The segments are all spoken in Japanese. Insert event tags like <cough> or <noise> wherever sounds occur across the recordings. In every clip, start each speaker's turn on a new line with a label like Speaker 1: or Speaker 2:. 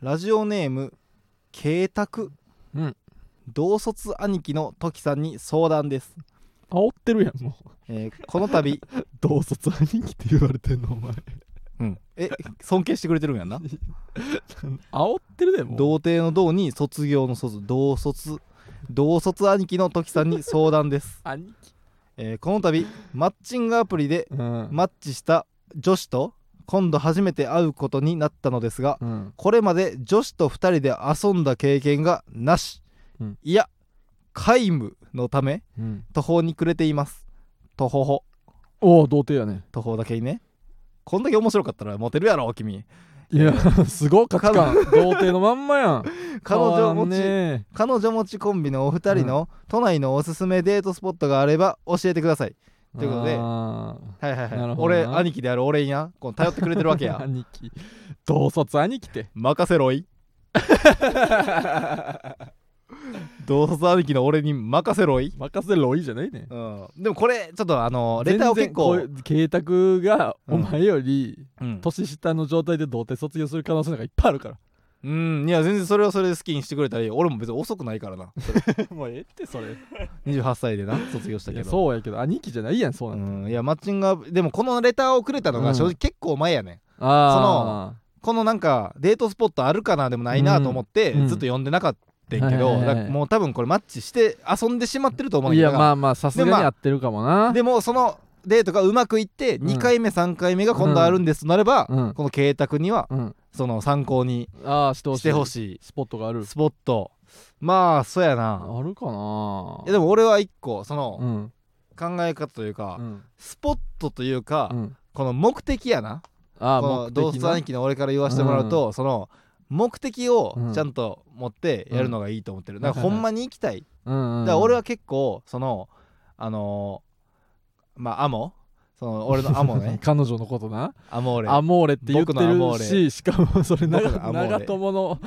Speaker 1: ラジオネーム慶卓、
Speaker 2: うん
Speaker 1: 同卒兄貴の時さんに相談です、
Speaker 2: 煽ってるやんもう
Speaker 1: えーこの度 <laughs>
Speaker 2: 同卒兄貴って言われてんのお前
Speaker 1: うんえ尊敬してくれてるんや
Speaker 2: <laughs>
Speaker 1: んな
Speaker 2: 煽ってるでもう
Speaker 1: 童貞の童に卒業の卒同卒同卒兄貴の時さんに相談です、
Speaker 2: 兄貴
Speaker 1: えーこの度マッチングアプリで
Speaker 2: うん
Speaker 1: マッチした女子と今度初めて会うことになったのですが
Speaker 2: うん
Speaker 1: これまで女子と2人で遊んだ経験がなし、
Speaker 2: うん
Speaker 1: いや皆無のため
Speaker 2: うん
Speaker 1: 途方に暮れています途方法
Speaker 2: おお童貞やね
Speaker 1: 途方だけにねこんだけ面白かったらモテるやろ君
Speaker 2: いや <laughs> すごい価値観童貞のまんまやん
Speaker 1: 彼女
Speaker 2: 変わ
Speaker 1: 持
Speaker 2: ん
Speaker 1: ち、
Speaker 2: ねえ
Speaker 1: 彼女持ちコンビのお二人の都内のおすすめデートスポットがあれば教えてくださいということで
Speaker 2: あー
Speaker 1: はいはいは
Speaker 2: なる
Speaker 1: い
Speaker 2: ほど
Speaker 1: 俺
Speaker 2: な
Speaker 1: 兄貴である俺になこう頼ってくれてるわけ
Speaker 2: <laughs>
Speaker 1: や
Speaker 2: 兄貴同卒兄貴って
Speaker 1: 任せろ
Speaker 2: <laughs>
Speaker 1: い同卒兄貴の俺に任せろい、
Speaker 2: 任せろいいじゃないね
Speaker 1: うん、でもこれちょっとあのレターを結構
Speaker 2: 全然こう慶卓が
Speaker 1: うん
Speaker 2: お前より
Speaker 1: うん、
Speaker 2: 年下の状態で童貞卒業する可能性なんかいっぱいあるから
Speaker 1: うんいや全然それはそれで好きにしてくれたり俺も別に遅くないから
Speaker 2: <laughs>
Speaker 1: な
Speaker 2: もうええってそれ
Speaker 1: 28歳でな卒業した
Speaker 2: い
Speaker 1: け
Speaker 2: や
Speaker 1: ど
Speaker 2: そうやけど兄貴じゃないやんそう
Speaker 1: う
Speaker 2: なんて、
Speaker 1: んいやマッチングアプリでもこのレターをくれたの
Speaker 2: う
Speaker 1: が
Speaker 2: ん
Speaker 1: 正直結構前やね、ん
Speaker 2: あ
Speaker 1: このなんかデートスポットあるかなでもないなと思って
Speaker 2: うん
Speaker 1: ずっと呼んでなかったんやけ
Speaker 2: は
Speaker 1: ど、
Speaker 2: いはいはい
Speaker 1: だからもう多分これマッチして遊んでしまってると思うん
Speaker 2: い
Speaker 1: や
Speaker 2: や
Speaker 1: けど
Speaker 2: まあまあさすがに
Speaker 1: でまあ
Speaker 2: 合ってるかもな
Speaker 1: でもそのデートがうまくいって
Speaker 2: うん
Speaker 1: 2回目3回目が今度あるんですとなれば、
Speaker 2: うん
Speaker 1: この慶卓には
Speaker 2: うん
Speaker 1: その参考に
Speaker 2: ああしてほしい
Speaker 1: してほし
Speaker 2: スポットがあ
Speaker 1: い
Speaker 2: る
Speaker 1: スポットまあそうや
Speaker 2: あ
Speaker 1: な
Speaker 2: るかない
Speaker 1: やでも俺は一個その
Speaker 2: うん
Speaker 1: 考え方というか、
Speaker 2: うん
Speaker 1: スポットというか、
Speaker 2: うん
Speaker 1: この目的やな
Speaker 2: ああ
Speaker 1: この
Speaker 2: 目
Speaker 1: 同
Speaker 2: 的
Speaker 1: 室
Speaker 2: な
Speaker 1: 兄貴の俺から言わせてもらうと、その目的を
Speaker 2: うん
Speaker 1: ちゃんと持ってやるのがいいと思ってる、
Speaker 2: うん
Speaker 1: なんかほんまに行きたい、
Speaker 2: うんうん
Speaker 1: だから俺は結構そのあのーまあアモその俺のアモね
Speaker 2: <laughs> 彼女のことな
Speaker 1: アモーレ
Speaker 2: アモーレって言っ
Speaker 1: 僕のアモ
Speaker 2: てる
Speaker 1: ー
Speaker 2: ししかもそれ長
Speaker 1: 僕のアモーレ
Speaker 2: 長友の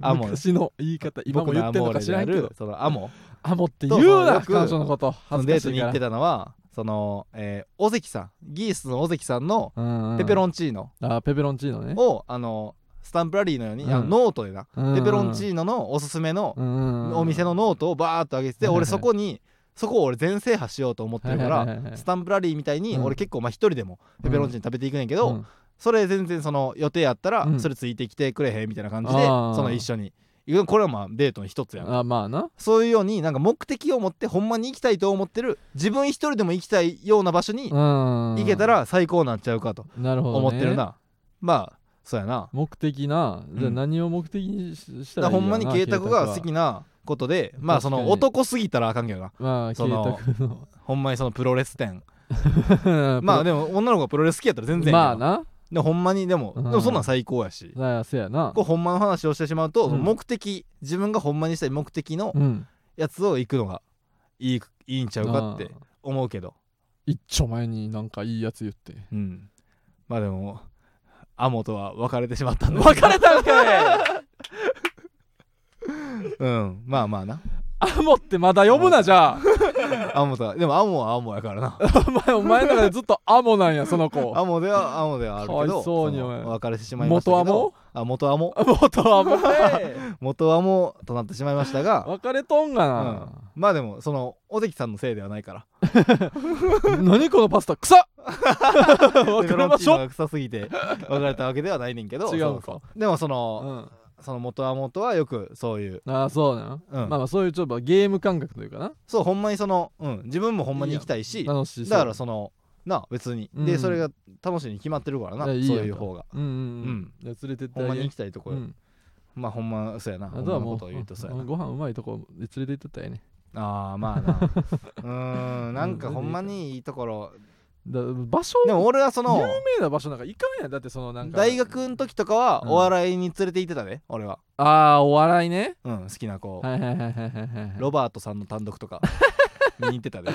Speaker 1: アモ
Speaker 2: 昔の言い方今も
Speaker 1: 僕
Speaker 2: 言
Speaker 1: のア
Speaker 2: ってん
Speaker 1: モー
Speaker 2: のか
Speaker 1: レ
Speaker 2: 知
Speaker 1: で
Speaker 2: ら
Speaker 1: あ
Speaker 2: んけど
Speaker 1: るそのア
Speaker 2: <laughs>
Speaker 1: モ
Speaker 2: アモって言うな
Speaker 1: と
Speaker 2: 彼女のこと
Speaker 1: そ
Speaker 2: 恥
Speaker 1: の
Speaker 2: ず
Speaker 1: デー
Speaker 2: か
Speaker 1: ト
Speaker 2: し
Speaker 1: に
Speaker 2: い
Speaker 1: 行
Speaker 2: か
Speaker 1: って
Speaker 2: ら
Speaker 1: たのはその、えー、尾関さんギースの尾関さんの
Speaker 2: うんうん
Speaker 1: ペペロンチーノ
Speaker 2: あペペロンチーノね
Speaker 1: を、あのスタンプラリーのように、
Speaker 2: うん
Speaker 1: あのノートでな、ペペロンチ
Speaker 2: ー
Speaker 1: ーノのおすすめの
Speaker 2: ノ
Speaker 1: お店のノートをバーっと上げてて
Speaker 2: はいはい
Speaker 1: 俺そこにそこを俺全制覇しようと思ってるからスタンプラリーみたいに
Speaker 2: うん
Speaker 1: 俺結構まあ一人でもペペロンチーノ食べていくねんけどそれ全然その予定やったら
Speaker 2: うん
Speaker 1: それついてきてくれへんみたいな感じで
Speaker 2: あー
Speaker 1: その一緒に行くこれはまあデートの一つやん
Speaker 2: あまあな
Speaker 1: そういうようになんか目的を持ってほんまに行きたいと思ってる自分一人でも行きたいような場所に
Speaker 2: 行
Speaker 1: 行けたら最高になっちゃうかと
Speaker 2: なるほどね
Speaker 1: 思ってるなまあそうやな
Speaker 2: 目的なじゃあ
Speaker 1: うん
Speaker 2: 何を目的にしした
Speaker 1: だ
Speaker 2: ら
Speaker 1: から
Speaker 2: いい
Speaker 1: ほんま
Speaker 2: や
Speaker 1: に
Speaker 2: な
Speaker 1: 慶太が好きなことでまあその
Speaker 2: 確かに
Speaker 1: 男すぎたらあかんけどな
Speaker 2: まあ慶
Speaker 1: その
Speaker 2: 太の
Speaker 1: ほんまにそのプロレス店 <laughs> ま
Speaker 2: ま <laughs>
Speaker 1: あでも女の子がプロレス好きやったら全然いい
Speaker 2: まあ
Speaker 1: よ
Speaker 2: な
Speaker 1: でほんまにでも、
Speaker 2: うん
Speaker 1: でもそんなん最高やし、
Speaker 2: なあせやな
Speaker 1: こうほんまの話をしてしまうと、
Speaker 2: うん
Speaker 1: その目的自分がほんまにしたい目的の
Speaker 2: うん
Speaker 1: やつを行くのがいいいいんちゃうかって
Speaker 2: なあ
Speaker 1: 思うけど
Speaker 2: 一丁前になんかいいやつ言って
Speaker 1: うんまあでもアモとは別れてしまったんで
Speaker 2: 別れたんかい
Speaker 1: うんまあまあな
Speaker 2: <laughs> アモってまだ呼ぶなじゃあ
Speaker 1: アモとはでもアモはアモやからな
Speaker 2: お前お前の中でずっとアモなんやその子
Speaker 1: アモではアモではあるけど
Speaker 2: かわいそうに
Speaker 1: そ
Speaker 2: お前
Speaker 1: の別れてしまいましたけ
Speaker 2: 元
Speaker 1: ど
Speaker 2: アモ
Speaker 1: あ元アモ
Speaker 2: 元アモ
Speaker 1: <laughs> 元アモとなってしまいましたが
Speaker 2: 別れとんが
Speaker 1: まあでもその尾関さんのせいではないから
Speaker 2: な何このパス
Speaker 1: <laughs>
Speaker 2: タ臭っ
Speaker 1: ペ
Speaker 2: 別
Speaker 1: ペロ
Speaker 2: れ
Speaker 1: ン
Speaker 2: ま
Speaker 1: チ
Speaker 2: し
Speaker 1: ーノ
Speaker 2: ょ
Speaker 1: が臭すぎ
Speaker 2: <laughs>
Speaker 1: て別れたわけではないねんけど
Speaker 2: 違
Speaker 1: そううんそ
Speaker 2: か
Speaker 1: うでもそ
Speaker 2: うん
Speaker 1: の、その元は元はよくそういう、
Speaker 2: ああそうなん
Speaker 1: うん
Speaker 2: まあまあそういうちょっとゲーム感覚というかな
Speaker 1: そうほんまにその、うん、自分もほんまに行きたいし
Speaker 2: 楽しい
Speaker 1: だからそのなあ別に、
Speaker 2: うん
Speaker 1: でそれが楽しいに決まってるからな
Speaker 2: やいいやん
Speaker 1: そ
Speaker 2: か
Speaker 1: ういう方が
Speaker 2: うんうんうんじゃあ連れてって
Speaker 1: ほんまに
Speaker 2: あげ
Speaker 1: 行
Speaker 2: る
Speaker 1: きたいとこ
Speaker 2: う
Speaker 1: よ、
Speaker 2: ん
Speaker 1: まあほんまそうやな
Speaker 2: あと
Speaker 1: ほ
Speaker 2: は
Speaker 1: んまの
Speaker 2: も
Speaker 1: ことを言うとそうや
Speaker 2: う
Speaker 1: な
Speaker 2: ご飯うまいとこ連れて行ってったらええね
Speaker 1: あーまあなうーんなんかほんまにいいところ
Speaker 2: だ場所
Speaker 1: でも俺はそ
Speaker 2: 有
Speaker 1: の
Speaker 2: 名な場所なんか行かんやんだってそのなんか
Speaker 1: 大学の時とかは
Speaker 2: うん
Speaker 1: お笑いに連れて行ってたね、俺は、
Speaker 2: ああお笑いね
Speaker 1: うん、好きな子、
Speaker 2: はいはいはいはいはいはい
Speaker 1: ロバートさんの単独
Speaker 2: <laughs>
Speaker 1: とか見に行ってたで、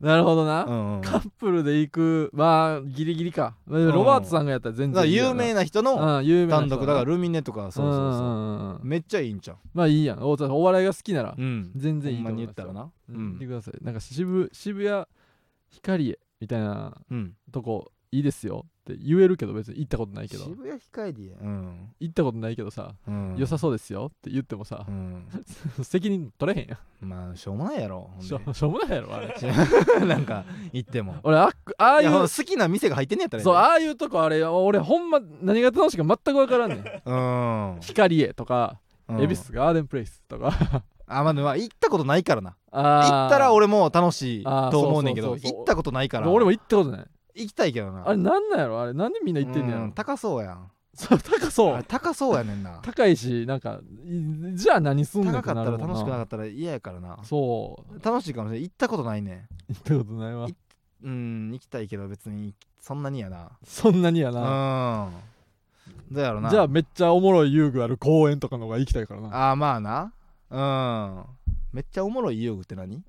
Speaker 2: なるほど
Speaker 1: う
Speaker 2: なん
Speaker 1: うん、
Speaker 2: カップルで行くまあギリギリかまあ
Speaker 1: ん
Speaker 2: ロバートさんがやったら全
Speaker 1: だから
Speaker 2: 然いい
Speaker 1: 有
Speaker 2: よな
Speaker 1: 名な人の
Speaker 2: うん有名な
Speaker 1: 単
Speaker 2: 人
Speaker 1: 独だからルミネとかそうそう
Speaker 2: うんう
Speaker 1: そ
Speaker 2: んうんうん
Speaker 1: うめっちゃいいんちゃう
Speaker 2: まあいいやんおお笑いが好きなら
Speaker 1: うんほ
Speaker 2: 全然いい
Speaker 1: ん
Speaker 2: と
Speaker 1: ま
Speaker 2: 思
Speaker 1: に
Speaker 2: い
Speaker 1: 言っ
Speaker 2: ます
Speaker 1: たら
Speaker 2: よ
Speaker 1: なう
Speaker 2: うん見て
Speaker 1: ん
Speaker 2: くださいなんか渋渋谷光へみたいな
Speaker 1: うん
Speaker 2: とこいいですよって言えるけど別に行ったことないけど
Speaker 1: 渋谷控えでうん、
Speaker 2: 行ったことないけどさ、
Speaker 1: うん、
Speaker 2: 良さそうですよって言ってもさ
Speaker 1: う、ん
Speaker 2: <laughs> 責任取れへんや
Speaker 1: まあしょうもないやろほ
Speaker 2: ん
Speaker 1: ん
Speaker 2: しょ
Speaker 1: で
Speaker 2: しょうもないやろあれ
Speaker 1: <laughs> なんか行っても
Speaker 2: 俺あっああ
Speaker 1: い
Speaker 2: い
Speaker 1: やほん
Speaker 2: う
Speaker 1: ま好きな店が入ってんねやったらいい
Speaker 2: そうああいうとこあれ俺ほんま何が楽しいか全く分からんねん
Speaker 1: うん
Speaker 2: 光栄とか
Speaker 1: うん
Speaker 2: 恵比寿ガーデンプレイスとか
Speaker 1: あまあでもまあ行ったことないからな
Speaker 2: あー
Speaker 1: <laughs> 行ったら俺も楽しい
Speaker 2: あー
Speaker 1: と思うねんけど
Speaker 2: そうそうそうそう
Speaker 1: 行ったことないから
Speaker 2: 俺も行ったことない
Speaker 1: 行きたいけどな
Speaker 2: あれなんなんやろあれなんでみんな行ってんねや
Speaker 1: う
Speaker 2: ろ
Speaker 1: ん高そうやん
Speaker 2: そう高そ
Speaker 1: あれ
Speaker 2: う
Speaker 1: 高そうやねんな
Speaker 2: 高いしなんかいじゃあ何すんねん
Speaker 1: 高かったら楽しくなか
Speaker 2: っ
Speaker 1: ったら嫌やからな
Speaker 2: そう
Speaker 1: 楽しいかもしれない行ったことないね
Speaker 2: 行ったことないわ
Speaker 1: いうん行きたいけど別にそんなにやな
Speaker 2: そんなにや
Speaker 1: う
Speaker 2: なん
Speaker 1: どうやろな
Speaker 2: じゃあめっちゃおもろい遊具ある公園とかの方が行きたいからな
Speaker 1: あーまあなうんめっちゃおもろい遊具って何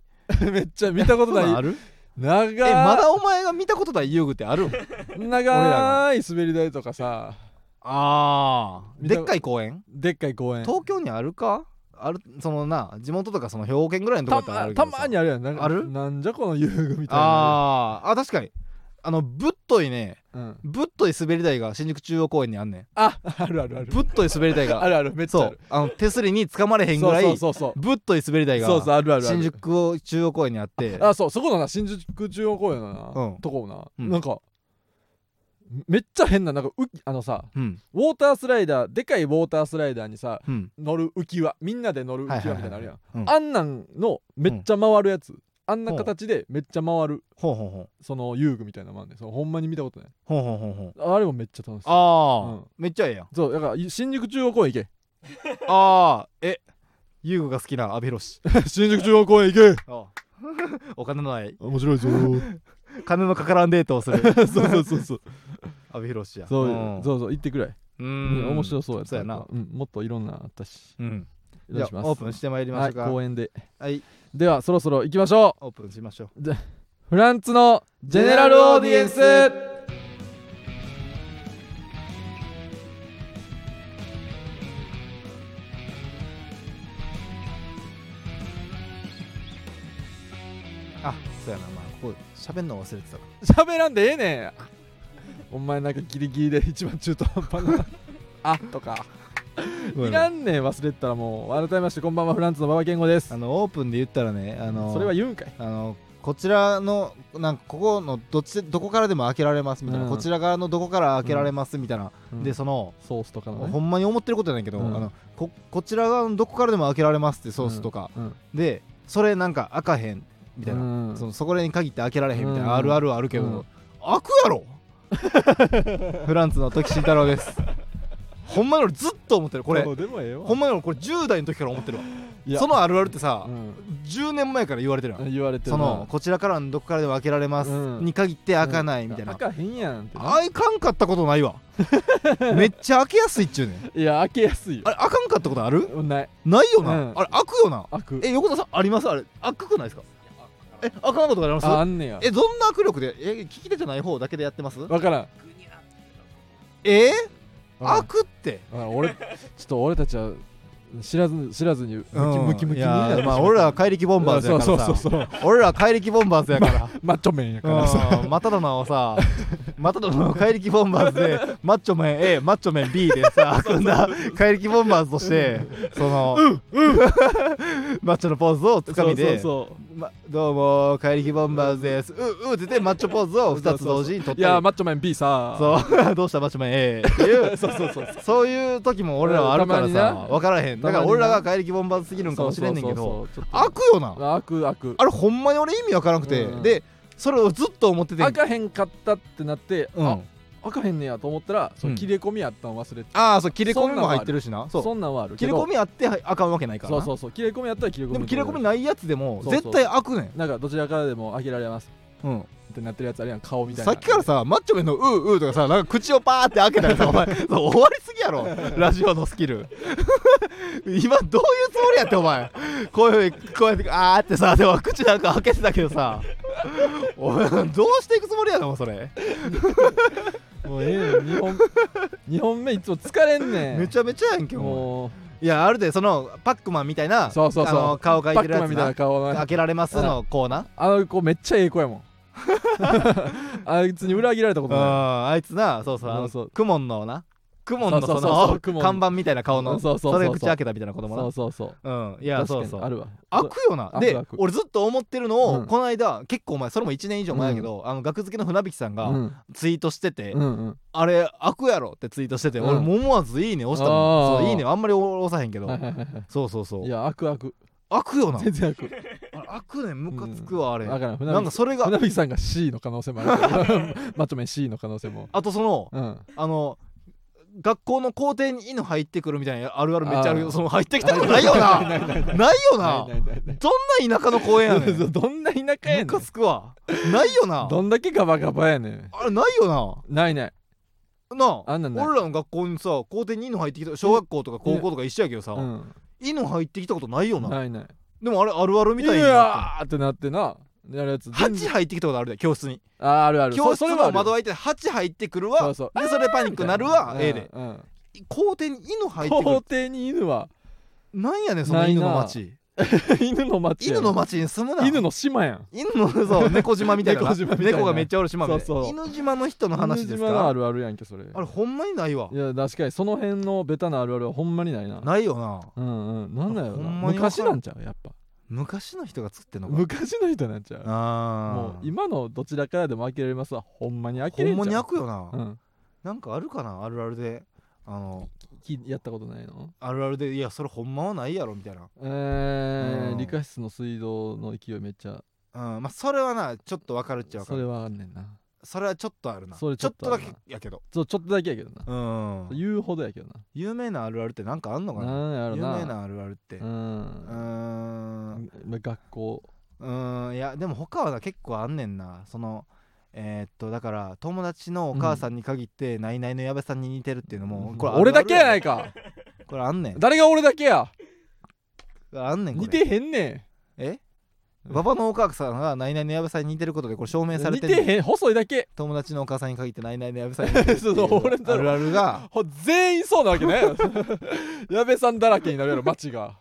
Speaker 2: めっちゃ見たこと
Speaker 1: そんなん
Speaker 2: な
Speaker 1: あ
Speaker 2: い
Speaker 1: る
Speaker 2: 長
Speaker 1: えま
Speaker 2: い
Speaker 1: だお前が見たことない遊具ってある
Speaker 2: 長い滑り台とかさ
Speaker 1: あー
Speaker 2: 見た
Speaker 1: でっかい公園
Speaker 2: でっかい公園
Speaker 1: 東京にあるかあるそのな地元とかその兵庫県ぐらいのとこ
Speaker 2: た
Speaker 1: やったらあ
Speaker 2: ま
Speaker 1: るけど
Speaker 2: た
Speaker 1: さ
Speaker 2: まにあるやんなんか
Speaker 1: ある
Speaker 2: なんじゃこの遊具みたいな
Speaker 1: あーあ確かにあのぶっといね
Speaker 2: うん
Speaker 1: ぶっとい滑り台が新宿中央公園にあんねん
Speaker 2: ああるあるある
Speaker 1: ぶっとい滑り台
Speaker 2: あ
Speaker 1: が
Speaker 2: るあるめっちゃ
Speaker 1: そ
Speaker 2: あ
Speaker 1: う
Speaker 2: る
Speaker 1: あの手すりにつかまれへんぐらい
Speaker 2: そうそうそう
Speaker 1: ぶっとい滑り台
Speaker 2: そうそうそう
Speaker 1: が
Speaker 2: あるあるある
Speaker 1: 新宿を中央公園にあって
Speaker 2: あそうそこのな新宿中央公園のな、
Speaker 1: うん
Speaker 2: とこな、
Speaker 1: うん
Speaker 2: なんかめっちゃ変ななんかうあのさ
Speaker 1: うん
Speaker 2: ウォータースライダーでかいウォータースライダーにさ
Speaker 1: うん
Speaker 2: 乗る浮き輪みんなで乗る浮き輪みたいなのあるやん、
Speaker 1: はいはいはいうん
Speaker 2: あんなんのめっちゃ回るやつ、あんな形でめっちゃ回る
Speaker 1: ほうほうほう
Speaker 2: その遊具みたいなのもあんねんそのほんまに見たことない
Speaker 1: ほうほうほうほう
Speaker 2: あれもめっちゃ楽しい
Speaker 1: ああ、
Speaker 2: うん
Speaker 1: めっちゃええやん
Speaker 2: そうだからい新宿中央公園行
Speaker 1: ああえ遊具が好きな阿部寛
Speaker 2: <laughs> け新宿中央公園行け
Speaker 1: ああ <laughs> お金のない
Speaker 2: 面白い <laughs> ぞー
Speaker 1: 金のかからんデートをする
Speaker 2: <laughs> そうそうそう
Speaker 1: <laughs>
Speaker 2: そう
Speaker 1: 阿部寛や
Speaker 2: そう
Speaker 1: うん
Speaker 2: そうそう行ってくらい、
Speaker 1: う
Speaker 2: うん
Speaker 1: ん
Speaker 2: 面白そうやった
Speaker 1: そうやな
Speaker 2: うん、もっといろんなのあったし
Speaker 1: うん
Speaker 2: お願
Speaker 1: じ
Speaker 2: い
Speaker 1: ゃ
Speaker 2: しま
Speaker 1: あ
Speaker 2: す
Speaker 1: オープンしてまいりましょうか
Speaker 2: はい、公園で
Speaker 1: はい
Speaker 2: ではそろそろ行きましょう
Speaker 1: オープンしましょう
Speaker 2: フランツのジェネラルオーディエンス
Speaker 1: あそうやなまあここ喋んの忘れ
Speaker 2: <laughs>
Speaker 1: てたな
Speaker 2: 喋らんでええねんお前なんかギリギリで一番中途半
Speaker 1: <laughs>
Speaker 2: 端なあとかいらんねん忘れてたらもう改めましてこんばんはフランツの馬場健吾です
Speaker 1: あのオープンで言ったらねあの
Speaker 2: それは言うんかい
Speaker 1: あのこちらのなんかここのどっちどこからでも開けられますみたいな、
Speaker 2: うん
Speaker 1: こちら側のどこから開けられますみたいな、
Speaker 2: うん
Speaker 1: でその、
Speaker 2: ソースとかの
Speaker 1: ほ
Speaker 2: ね
Speaker 1: んまに思ってることやねんけど、
Speaker 2: うん
Speaker 1: あのここちら側のどこからでも開けられますってソースとか、
Speaker 2: うん
Speaker 1: でそれなんか開かへんみたいな、
Speaker 2: うん
Speaker 1: そのそこらに限って開けられへんみたいな、
Speaker 2: うん
Speaker 1: あるあるはあるけど、
Speaker 2: うん
Speaker 1: 開くやろ <laughs> フランツの時慎太郎ですほんまに俺ずっと思ってるこれ
Speaker 2: どうでもええわ
Speaker 1: ほんまに俺これ10代の時から思ってるわ
Speaker 2: いや
Speaker 1: そのあるあるってさ、
Speaker 2: うん
Speaker 1: 10年前から言われてるやん
Speaker 2: 言われてる
Speaker 1: そ
Speaker 2: な
Speaker 1: のこちらからのどこからでも開けられます、
Speaker 2: うん
Speaker 1: に限って開かないみたいな、
Speaker 2: 開かへんやんってな
Speaker 1: 開かんかったことない <laughs> わめっちゃ開けやすいっちゅうねん
Speaker 2: いや開けやすいよ
Speaker 1: あれ開かんかったことある
Speaker 2: ない
Speaker 1: ないよな、
Speaker 2: うん
Speaker 1: あれ開くよな
Speaker 2: 開く
Speaker 1: え横田さんありますあれ開くくないですかえ開かんことあります
Speaker 2: ああんねや
Speaker 1: えどんな握力でえ利き手じゃない方だけでやってます
Speaker 2: わからん
Speaker 1: えー、
Speaker 2: あ
Speaker 1: 開くって
Speaker 2: 俺ちょっと俺たちは知らず知らずにムキムキム
Speaker 1: い
Speaker 2: キになっ
Speaker 1: や
Speaker 2: てしまう
Speaker 1: まあ俺らは怪力ボンバーズやからさ
Speaker 2: そうそうそうそう
Speaker 1: 俺らは怪力ボンバーズやから
Speaker 2: マッチョメンやからさ
Speaker 1: うんマタドナを
Speaker 2: <laughs>
Speaker 1: さマタドナの怪力ボンバーズでマッチョメン A マッチョメン B で
Speaker 2: <laughs>
Speaker 1: さ組んだ怪力ボンバーズとしてその、 <laughs> マッチョのポーズをつかみで
Speaker 2: そうそう
Speaker 1: まどうも怪力ボンバーズですううって言
Speaker 2: <laughs>
Speaker 1: ってマッチョポーズを2つ同時に
Speaker 2: そ
Speaker 1: 取っ
Speaker 2: う
Speaker 1: て
Speaker 2: いやマッチョメン B さ
Speaker 1: そう <laughs> どうしたマッチョメン A っていう
Speaker 2: <laughs> そうそうそう
Speaker 1: そういう時も俺らはあるから
Speaker 2: うんたま
Speaker 1: さ
Speaker 2: にな
Speaker 1: 分からへんだから
Speaker 2: たまにな
Speaker 1: 俺らが怪力ボンバーズすぎるんかもしれんねんけど
Speaker 2: そうそうそうそう
Speaker 1: 開
Speaker 2: ち
Speaker 1: くよな
Speaker 2: ょっと開く開く
Speaker 1: あれほんまに俺意味わからなくて、
Speaker 2: うん
Speaker 1: でそれをずっと思っててん
Speaker 2: 開かへんかったってなって
Speaker 1: うん
Speaker 2: あ開かへんねやと思ったらそううん切れ込みやったん忘れて
Speaker 1: ああそう切れ込みも入ってるしなそう
Speaker 2: そんなんはある
Speaker 1: 切
Speaker 2: け
Speaker 1: れ
Speaker 2: ど
Speaker 1: 込みあってはいあかんわけないから
Speaker 2: そ
Speaker 1: な
Speaker 2: うそうそう切れ込みやったら切れ込み
Speaker 1: でも切れ込み
Speaker 2: な
Speaker 1: ないやつでも
Speaker 2: そうそう
Speaker 1: 絶対開くねん
Speaker 2: なんかどちらからでも開けられます
Speaker 1: うん
Speaker 2: ってなってるやつあるやん顔みたいな
Speaker 1: さっきからさマッチョメンの「うーうー」とかさなんか口をパーって開けた
Speaker 2: <laughs>
Speaker 1: らさお前そう終わりすぎやろラジオのスキル <laughs> 今どういうつもりやってお前こういうふうにこうやってあーってさでも口なんか開けてたけどさお前どうしていくつもりやのそれ
Speaker 2: もうええよ2本 <laughs> 二本目いつも疲れんねん
Speaker 1: めちゃめちゃやんけも
Speaker 2: もう
Speaker 1: いやあるでそのパックマンみたいな
Speaker 2: そうそうそう
Speaker 1: あの顔がい
Speaker 2: パ
Speaker 1: てる
Speaker 2: ックマ
Speaker 1: や
Speaker 2: ン
Speaker 1: つ
Speaker 2: みたい
Speaker 1: な
Speaker 2: な顔の
Speaker 1: 開けられますのコーナー
Speaker 2: あの子めっちゃええ子やもん <laughs> あいつに裏切られたことな
Speaker 1: あいつなそうそうあの
Speaker 2: そうそう
Speaker 1: クモンのなクモンのそ
Speaker 2: そうそうそうそう
Speaker 1: の
Speaker 2: クモン
Speaker 1: 看板みたいな顔の
Speaker 2: そうそうそうそう
Speaker 1: れで口開けたみたいな子
Speaker 2: い
Speaker 1: 供
Speaker 2: そう
Speaker 1: な
Speaker 2: そうそう
Speaker 1: うんいや
Speaker 2: 確
Speaker 1: そ
Speaker 2: か
Speaker 1: う
Speaker 2: に
Speaker 1: そう
Speaker 2: あるわ
Speaker 1: 開くよな
Speaker 2: 開く
Speaker 1: で
Speaker 2: 開く
Speaker 1: 俺ずっと思ってるのを、
Speaker 2: うん
Speaker 1: この間結構前それも1年以上前やけど、あの学付けの船引さん
Speaker 2: う
Speaker 1: が
Speaker 2: ん
Speaker 1: ツイートしてて、
Speaker 2: うんうん
Speaker 1: あれ開くやろってツイートしてて、
Speaker 2: うん
Speaker 1: 俺も思わず「いいね」押したもん
Speaker 2: あー
Speaker 1: そういいねあんまり押さへんけど、
Speaker 2: はいはいはいは
Speaker 1: そうそうそ
Speaker 2: いういや開く開く
Speaker 1: 開くよな
Speaker 2: 全然開く
Speaker 1: あれ開くねムカつくわあれ、
Speaker 2: だからん船
Speaker 1: なん
Speaker 2: 引
Speaker 1: かそれが
Speaker 2: 船引さんが C の可能性もあるけど
Speaker 1: <laughs>
Speaker 2: マッチョメン C の可能性も
Speaker 1: あとその
Speaker 2: うん
Speaker 1: あの学校の校庭に犬入ってくるみたいなあるあるめっちゃあるけ
Speaker 2: あ
Speaker 1: ど
Speaker 2: ー
Speaker 1: その入ってきたことないよなないよな
Speaker 2: ないないない
Speaker 1: どんな田舎の公園やね <laughs>
Speaker 2: そうんどんな田舎やね
Speaker 1: ムカ
Speaker 2: ん
Speaker 1: つくわないよな
Speaker 2: どんだけガバガバやねん
Speaker 1: あれないよ
Speaker 2: ないない
Speaker 1: ななあ
Speaker 2: あんなんない
Speaker 1: 俺らの学校にさ校庭に犬入ってきた小学校とか高校とか一緒やけどさ、
Speaker 2: うん
Speaker 1: 犬入ってきたことないよな
Speaker 2: ないない
Speaker 1: でもあれあるあるみたいに
Speaker 2: い
Speaker 1: なって
Speaker 2: やーってなってなやるやつ全
Speaker 1: 蜂
Speaker 2: 然
Speaker 1: 入ってきたことあるで教室に
Speaker 2: ああるある
Speaker 1: 教室の窓
Speaker 2: は
Speaker 1: 開いて蜂入ってくる
Speaker 2: そ
Speaker 1: わ
Speaker 2: うそう
Speaker 1: でそれパニックなるわ
Speaker 2: うん
Speaker 1: ええで
Speaker 2: うん
Speaker 1: 校庭に犬入ってくる
Speaker 2: 校庭に犬は <laughs>
Speaker 1: なんやねんその
Speaker 2: ない
Speaker 1: 犬
Speaker 2: な
Speaker 1: の町
Speaker 2: 犬の町や
Speaker 1: 犬の町に住むな
Speaker 2: 犬の島やん
Speaker 1: 犬のそう猫島みたいなな
Speaker 2: 猫島みたいな
Speaker 1: 猫がめっちゃおる島みたいな
Speaker 2: そうそう
Speaker 1: 犬島の人の話です
Speaker 2: 犬島の
Speaker 1: か
Speaker 2: あるあるやんけそれ
Speaker 1: あれほんまにないわ
Speaker 2: いや確かにその辺のベタなあるあるはほんまにないな
Speaker 1: ないよな
Speaker 2: うんうんなんだよ
Speaker 1: ほ
Speaker 2: なん
Speaker 1: まにわか
Speaker 2: 昔
Speaker 1: る
Speaker 2: なんちゃうやっぱ
Speaker 1: 昔の人が作ってんのか
Speaker 2: 昔の人なんちゃうも
Speaker 1: あ
Speaker 2: う
Speaker 1: ー
Speaker 2: 今のどちらからでも開けられますわほんまに開け
Speaker 1: ほ
Speaker 2: れ
Speaker 1: ん
Speaker 2: ん
Speaker 1: まに
Speaker 2: ちゃ
Speaker 1: 開
Speaker 2: う
Speaker 1: くよな
Speaker 2: うん
Speaker 1: なんかあるかなあるあるであの
Speaker 2: きやったことないの
Speaker 1: あるあるでいやそれほんまはないやろみたいな
Speaker 2: え
Speaker 1: う
Speaker 2: ー
Speaker 1: ん
Speaker 2: 理科室の水道の勢いめっちゃ
Speaker 1: うんまあそれはなちょっとわかるっちゃわか
Speaker 2: それ
Speaker 1: る
Speaker 2: はあんねんな
Speaker 1: それはちょっとあるなち
Speaker 2: そ
Speaker 1: ょ
Speaker 2: れ
Speaker 1: っ
Speaker 2: ちょっ
Speaker 1: と
Speaker 2: と
Speaker 1: だ
Speaker 2: あるな
Speaker 1: けやけど
Speaker 2: そうちょっとだけやけどな
Speaker 1: うん
Speaker 2: 言うほどやけどな
Speaker 1: 有名なあるあるってなんかあんのかな
Speaker 2: なんやろ
Speaker 1: 有
Speaker 2: な
Speaker 1: 名なあるあるって
Speaker 2: う
Speaker 1: うんーん
Speaker 2: ま学校
Speaker 1: うーんいやでも他はな結構あんねんなそのえーっとだから友達のお母さんに限って、ナイナイの矢部さんに似てるっていうのもこれある
Speaker 2: 俺だけやない
Speaker 1: あ
Speaker 2: か
Speaker 1: るこれあんねんこ
Speaker 2: 誰が俺だけや
Speaker 1: れあんねんこれ
Speaker 2: 似てへんね
Speaker 1: え馬場のお母さんがナイナイの矢部さんに似てることでこれ証明さ
Speaker 2: ん
Speaker 1: れ
Speaker 2: 似
Speaker 1: てんねん
Speaker 2: てへん細い
Speaker 1: <laughs>
Speaker 2: だけ
Speaker 1: 友達のお母さんに限
Speaker 2: <laughs>
Speaker 1: ってナイナイの矢部さんに似てるってい
Speaker 2: そう <laughs> 俺だ
Speaker 1: う
Speaker 2: ろ
Speaker 1: あるあるが
Speaker 2: ほ全員そうなわけね <laughs> 矢部さんだらけにな
Speaker 1: <laughs>
Speaker 2: るやろ街が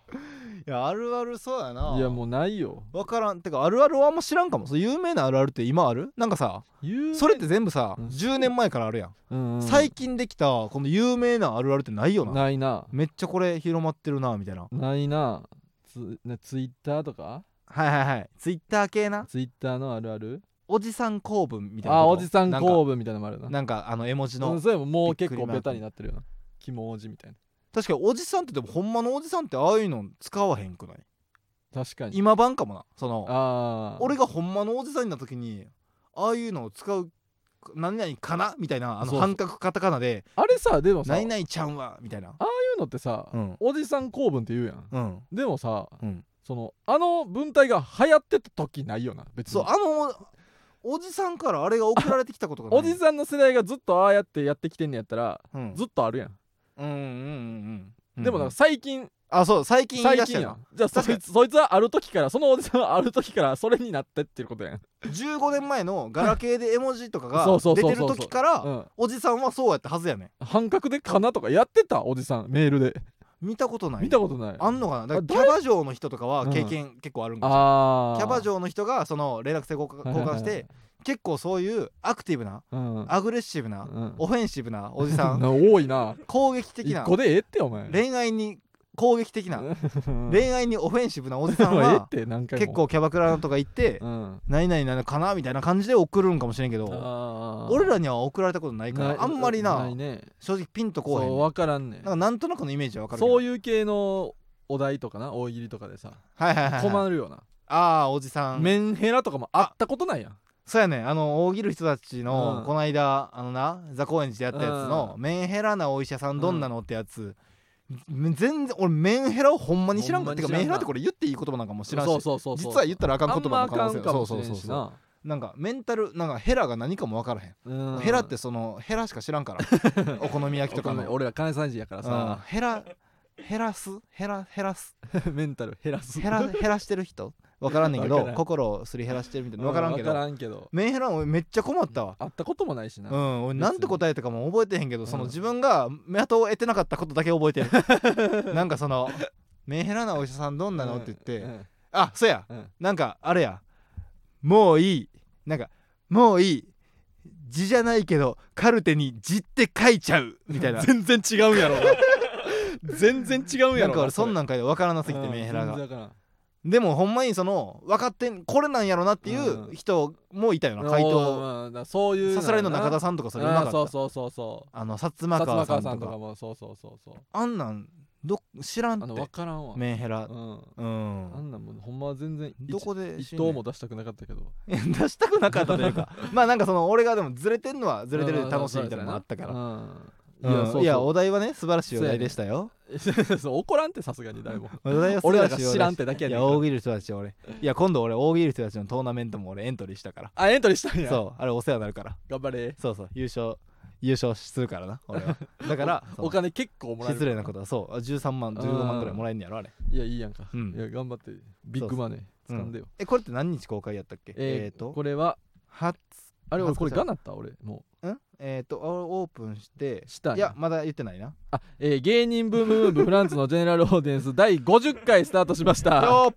Speaker 1: いやあるあるそうやない
Speaker 2: いやもうないよ
Speaker 1: 分からんてかあるあるはあんま知らんかもそう有名なあるあるって今あるなんかさ
Speaker 2: 言う
Speaker 1: それって全部さ、
Speaker 2: うん
Speaker 1: 10年前からあるやん、
Speaker 2: うんうん
Speaker 1: 最近できたこの有名なあるあるってないよな
Speaker 2: ないな
Speaker 1: めっちゃこれ広まってるなみたいな
Speaker 2: ないなつねツイッターとか
Speaker 1: はいはいはいツイッター系な
Speaker 2: ツイッターのあるある
Speaker 1: おじさん構文みたいな
Speaker 2: あ
Speaker 1: こと
Speaker 2: おじさん
Speaker 1: なんか
Speaker 2: 公文みたいなのもあるよな
Speaker 1: なんかあの絵文字の、
Speaker 2: うんそれももう
Speaker 1: びっ
Speaker 2: 結構
Speaker 1: くりマー
Speaker 2: ベ
Speaker 1: ク
Speaker 2: タになってるよな肝おじみたい
Speaker 1: 確かにおじさんってでもほんまのおじさんってああいうの使わへんくない
Speaker 2: な確かに
Speaker 1: 今版かもなその
Speaker 2: ああ
Speaker 1: 俺がほんまのおじさんになった時にああいうのを使う何々かなみたいなあ
Speaker 2: そうそ
Speaker 1: の
Speaker 2: う
Speaker 1: 半角カタカナで
Speaker 2: あれさで
Speaker 1: 「
Speaker 2: もさ
Speaker 1: 何々ちゃんは」みたいな
Speaker 2: あそういうのってさ、
Speaker 1: うん
Speaker 2: おじさん公文って言うやん
Speaker 1: うん
Speaker 2: でもさ
Speaker 1: うん
Speaker 2: そのあの文体が流行ってた時ないよな別に
Speaker 1: そうあのおじさんからあれが送られてきたことがない
Speaker 2: おじさんの世代がずっとああやってやってきてんねやったら
Speaker 1: うん
Speaker 2: ずっとあるやん、
Speaker 1: うんうんうんうん
Speaker 2: でもなんか最近
Speaker 1: あそう最近言い
Speaker 2: 最
Speaker 1: 出した
Speaker 2: 近
Speaker 1: よ
Speaker 2: や
Speaker 1: なん
Speaker 2: じゃあそい
Speaker 1: <laughs>
Speaker 2: つそいつはある時からそのおじさんはある時からそれになってっていうことやん
Speaker 1: 15年前のガラケーで絵文字とかが
Speaker 2: <laughs> そうそう
Speaker 1: 出
Speaker 2: そう
Speaker 1: て
Speaker 2: そ
Speaker 1: る
Speaker 2: う
Speaker 1: 時から
Speaker 2: うん
Speaker 1: おじさんはそうやったはずやね
Speaker 2: 半角でかなとかやってたおじさんメールで
Speaker 1: ん見たことない
Speaker 2: 見たことない
Speaker 1: あんのかなだから
Speaker 2: あ
Speaker 1: キ
Speaker 2: 誰
Speaker 1: ャバ嬢の人とかは経験結構あるんかもしれ
Speaker 2: あ
Speaker 1: な
Speaker 2: ー
Speaker 1: いキャバ嬢の人がその連絡先交換
Speaker 2: はいは
Speaker 1: 交
Speaker 2: いは
Speaker 1: 換
Speaker 2: い
Speaker 1: して結構そういうアクティブな
Speaker 2: うん
Speaker 1: アグレッシブな
Speaker 2: うん
Speaker 1: オフェンシブなおじ
Speaker 2: <laughs>
Speaker 1: さん
Speaker 2: な多いな
Speaker 1: 攻撃的
Speaker 2: 一
Speaker 1: な
Speaker 2: 個でええってお前
Speaker 1: 恋愛に攻撃的な
Speaker 2: うん
Speaker 1: 恋愛にオフェンシブなおじ
Speaker 2: で
Speaker 1: さん
Speaker 2: もええ
Speaker 1: は
Speaker 2: って何回も
Speaker 1: 結構キャバクラとか行って
Speaker 2: うん
Speaker 1: 何々なのかなみたいな感じで送るんかもしれんけど
Speaker 2: あー
Speaker 1: 俺らには送られたことないから
Speaker 2: い
Speaker 1: あんまりない
Speaker 2: ね
Speaker 1: 正直ピンとこうへん
Speaker 2: そ
Speaker 1: ね
Speaker 2: うん分からんね
Speaker 1: な
Speaker 2: ん
Speaker 1: んかなんとなくのイメージはわかるけど
Speaker 2: そういう系のお題とかな大喜利とかでさ
Speaker 1: はいはいはい、はい、
Speaker 2: 困るよう
Speaker 1: ああおじさ
Speaker 2: なんメンヘラとかもあったことないやん
Speaker 1: そうやねあの大喜利人たちの、
Speaker 2: うん
Speaker 1: この間あのなザ・高円寺でやったやつの、
Speaker 2: う
Speaker 1: メンヘラなお医者さんどんなのってやつ、全然俺メンヘラをほんまに知らんか
Speaker 2: ほんま
Speaker 1: て
Speaker 2: に
Speaker 1: か
Speaker 2: 知らんな
Speaker 1: メンヘラってこれ言っていい言葉なんかも知らんし
Speaker 2: そうそうそうそう
Speaker 1: 実は言ったらあかん言
Speaker 2: あん
Speaker 1: 葉
Speaker 2: まあ
Speaker 1: の可
Speaker 2: か
Speaker 1: 能性
Speaker 2: んかもし
Speaker 1: そう
Speaker 2: れ
Speaker 1: そ
Speaker 2: ん
Speaker 1: うそう
Speaker 2: し
Speaker 1: そう
Speaker 2: な
Speaker 1: なんかメンタルなんかヘラが何かも分からへん、
Speaker 2: うん
Speaker 1: ヘラってそのヘラしか知らんから
Speaker 2: <laughs>
Speaker 1: お好み焼きとかの、
Speaker 2: 俺ら関西人やから
Speaker 1: うん
Speaker 2: さ、
Speaker 1: ヘラヘラスヘラヘラス
Speaker 2: <laughs> メンタル減らす <laughs>
Speaker 1: 減ら減らしてる人分からんねんけ
Speaker 2: わか
Speaker 1: ど
Speaker 2: らん
Speaker 1: 心をすり減らしてるみたいな分からんけど、
Speaker 2: う分からんけど
Speaker 1: メンヘラ俺めっちゃ困ったわ
Speaker 2: 会ったこともないしな、
Speaker 1: うん俺なんて答えたかも覚えてへんけど
Speaker 2: 別に
Speaker 1: その
Speaker 2: うん
Speaker 1: 自分が雇を得てなかったことだけ覚えて
Speaker 2: <laughs>
Speaker 1: るなんかその「メンヘラなお医者さんどんなの?」って言って
Speaker 2: うん
Speaker 1: 「あそうや
Speaker 2: うん
Speaker 1: なんかあれやもういい」なんか「もういい字じゃないけどカルテに字って書いちゃうみたいな
Speaker 2: 全然違う
Speaker 1: <laughs>
Speaker 2: んやろな <laughs> 全然違うん
Speaker 1: な
Speaker 2: やろ
Speaker 1: んか俺そんなん書いて分からなすぎてメンヘラがでもほんまにその分かってんこれなんやろなっていう人もいたよな回答
Speaker 2: 答そういう
Speaker 1: さすらいの中田
Speaker 2: さ
Speaker 1: さんとかそれう
Speaker 2: あ
Speaker 1: ま
Speaker 2: ー
Speaker 1: か
Speaker 2: そう
Speaker 1: った
Speaker 2: そうそうそう
Speaker 1: あの薩摩
Speaker 2: 薩
Speaker 1: 川さ
Speaker 2: 摩
Speaker 1: んと
Speaker 2: 川さ
Speaker 1: か
Speaker 2: んとかもそうそうそうそう
Speaker 1: あんなんど知らん
Speaker 2: あ
Speaker 1: っ
Speaker 2: の分
Speaker 1: て
Speaker 2: からんわ
Speaker 1: メンヘラ
Speaker 2: うん
Speaker 1: うん
Speaker 2: あんなんもうほんまは全然一
Speaker 1: どこで
Speaker 2: 一
Speaker 1: 知んね
Speaker 2: 頭
Speaker 1: ん <laughs>
Speaker 2: も出したくなかったけど
Speaker 1: 出したくなかったという
Speaker 2: <laughs>
Speaker 1: かまあなんかその俺がでもずれてんのはずれてるで楽しいみたいなのもあったから
Speaker 2: ら
Speaker 1: うん
Speaker 2: いやそう
Speaker 1: い
Speaker 2: い
Speaker 1: や
Speaker 2: や
Speaker 1: お題はね素晴らしいお題でしたよ
Speaker 2: <laughs> そう怒らんってさすがに誰も
Speaker 1: お題は素晴
Speaker 2: 俺ら
Speaker 1: らしい
Speaker 2: が
Speaker 1: お題
Speaker 2: 知らんってだけや
Speaker 1: い
Speaker 2: ねん
Speaker 1: や
Speaker 2: から
Speaker 1: 大喜利の人たち俺いや今度俺大喜利の人たちのトーナメントも俺エントリーしたから
Speaker 2: あエントリーしたんや
Speaker 1: そうあれお世話になるから
Speaker 2: 頑張れ
Speaker 1: そうそう優勝優勝するからな俺
Speaker 2: <laughs>
Speaker 1: はだからその
Speaker 2: お金結構もらえる
Speaker 1: 失礼なことはそうあ13万15万ぐらいもらえんねやろあれ
Speaker 2: いやいいやんか、
Speaker 1: うん
Speaker 2: いや頑張ってビッグマネー
Speaker 1: そ
Speaker 2: 掴
Speaker 1: うん
Speaker 2: でよ、
Speaker 1: えこれって何日公開やったっけ
Speaker 2: え
Speaker 1: え
Speaker 2: ー
Speaker 1: っと
Speaker 2: これは
Speaker 1: は
Speaker 2: あれ俺これ
Speaker 1: 恥ずかしい
Speaker 2: ガなった俺も
Speaker 1: んえっとあオープンして
Speaker 2: うしたん
Speaker 1: いやまだ言ってないな
Speaker 2: あ、えー芸人ブームブームブフランツのジェネラルオーディエンス <laughs> 第50回スタートしました、
Speaker 1: よ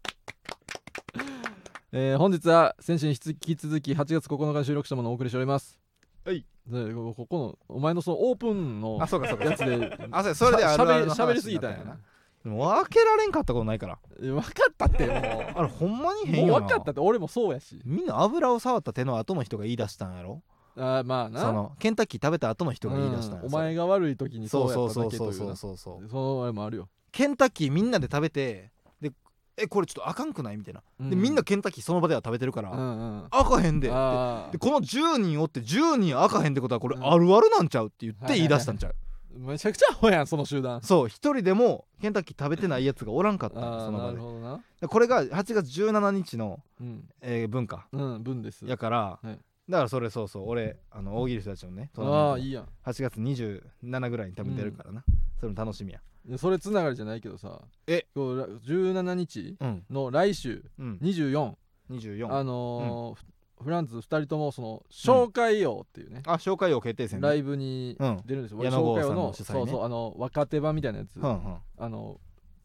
Speaker 2: えー本日は先週に引き続き8月9日に収録したものをお送りしております
Speaker 1: はい
Speaker 2: でこここのお前のそのオープンの
Speaker 1: ーあそうかそうか
Speaker 2: やつで
Speaker 1: あそうやそれであ
Speaker 2: しゃ
Speaker 1: るあ
Speaker 2: べ
Speaker 1: る
Speaker 2: り
Speaker 1: の
Speaker 2: しゃべり
Speaker 1: 話
Speaker 2: す
Speaker 1: に
Speaker 2: ぎ
Speaker 1: な
Speaker 2: た
Speaker 1: っ
Speaker 2: ん
Speaker 1: た
Speaker 2: や
Speaker 1: んや
Speaker 2: な
Speaker 1: なでも分けられんかったことないから
Speaker 2: え分かったっても
Speaker 1: あれほんまに
Speaker 2: う
Speaker 1: 変
Speaker 2: <laughs> も
Speaker 1: よ
Speaker 2: う
Speaker 1: な
Speaker 2: 分かったって俺もそうやし
Speaker 1: みんな油を触った手の後の人が言い出したんやろ
Speaker 2: あーまあな
Speaker 1: そのケンタッキー食べた後の人が言い出したんや
Speaker 2: うんお前が悪い時にそ
Speaker 1: そうう
Speaker 2: や
Speaker 1: そう
Speaker 2: っただ
Speaker 1: そう
Speaker 2: けと
Speaker 1: そ
Speaker 2: いうう
Speaker 1: そうそ
Speaker 2: なそ
Speaker 1: うそう
Speaker 2: のあれもあるよ、
Speaker 1: ケンタッキーみんなで食べてでえこれちょっとあかんくないみたいな、
Speaker 2: う
Speaker 1: でみんなケンタッキーその場では食べてるから、
Speaker 2: うんうん
Speaker 1: あかへんでって
Speaker 2: あー
Speaker 1: でこの10人おって10人あかへんってことはこれあるあるなんちゃうって言って言い出したんちゃう、
Speaker 2: めちゃくちゃアホやんその集団
Speaker 1: そう一人でもケンタッキー食べてないやつがおらんかった
Speaker 2: あ
Speaker 1: の
Speaker 2: あ
Speaker 1: その場
Speaker 2: な
Speaker 1: で
Speaker 2: るほどな
Speaker 1: でこれが8月17日の、
Speaker 2: うん
Speaker 1: えー文化
Speaker 2: うん分です
Speaker 1: やから、
Speaker 2: はい
Speaker 1: だからそれそうそう俺あの大喜利の人たちのねトーナメント
Speaker 2: あ
Speaker 1: も
Speaker 2: あいいやん
Speaker 1: 8月27ぐらいに食べてるからな、それも楽しみや
Speaker 2: いやそれつながりじゃないけどさ
Speaker 1: え
Speaker 2: こうら17日
Speaker 1: うん
Speaker 2: の来週
Speaker 1: うん
Speaker 2: 24
Speaker 1: 24
Speaker 2: あのーフフランツ2人ともその紹介王っていうね、
Speaker 1: あ紹介王決定戦ね
Speaker 2: ライブに
Speaker 1: うん
Speaker 2: 出るんですよ、
Speaker 1: うん
Speaker 2: 俺
Speaker 1: 矢野
Speaker 2: 紹
Speaker 1: 剛
Speaker 2: 介王
Speaker 1: さん
Speaker 2: の
Speaker 1: の主催ね
Speaker 2: そうそうあの若手版みたいなやつ、
Speaker 1: うんうん
Speaker 2: あの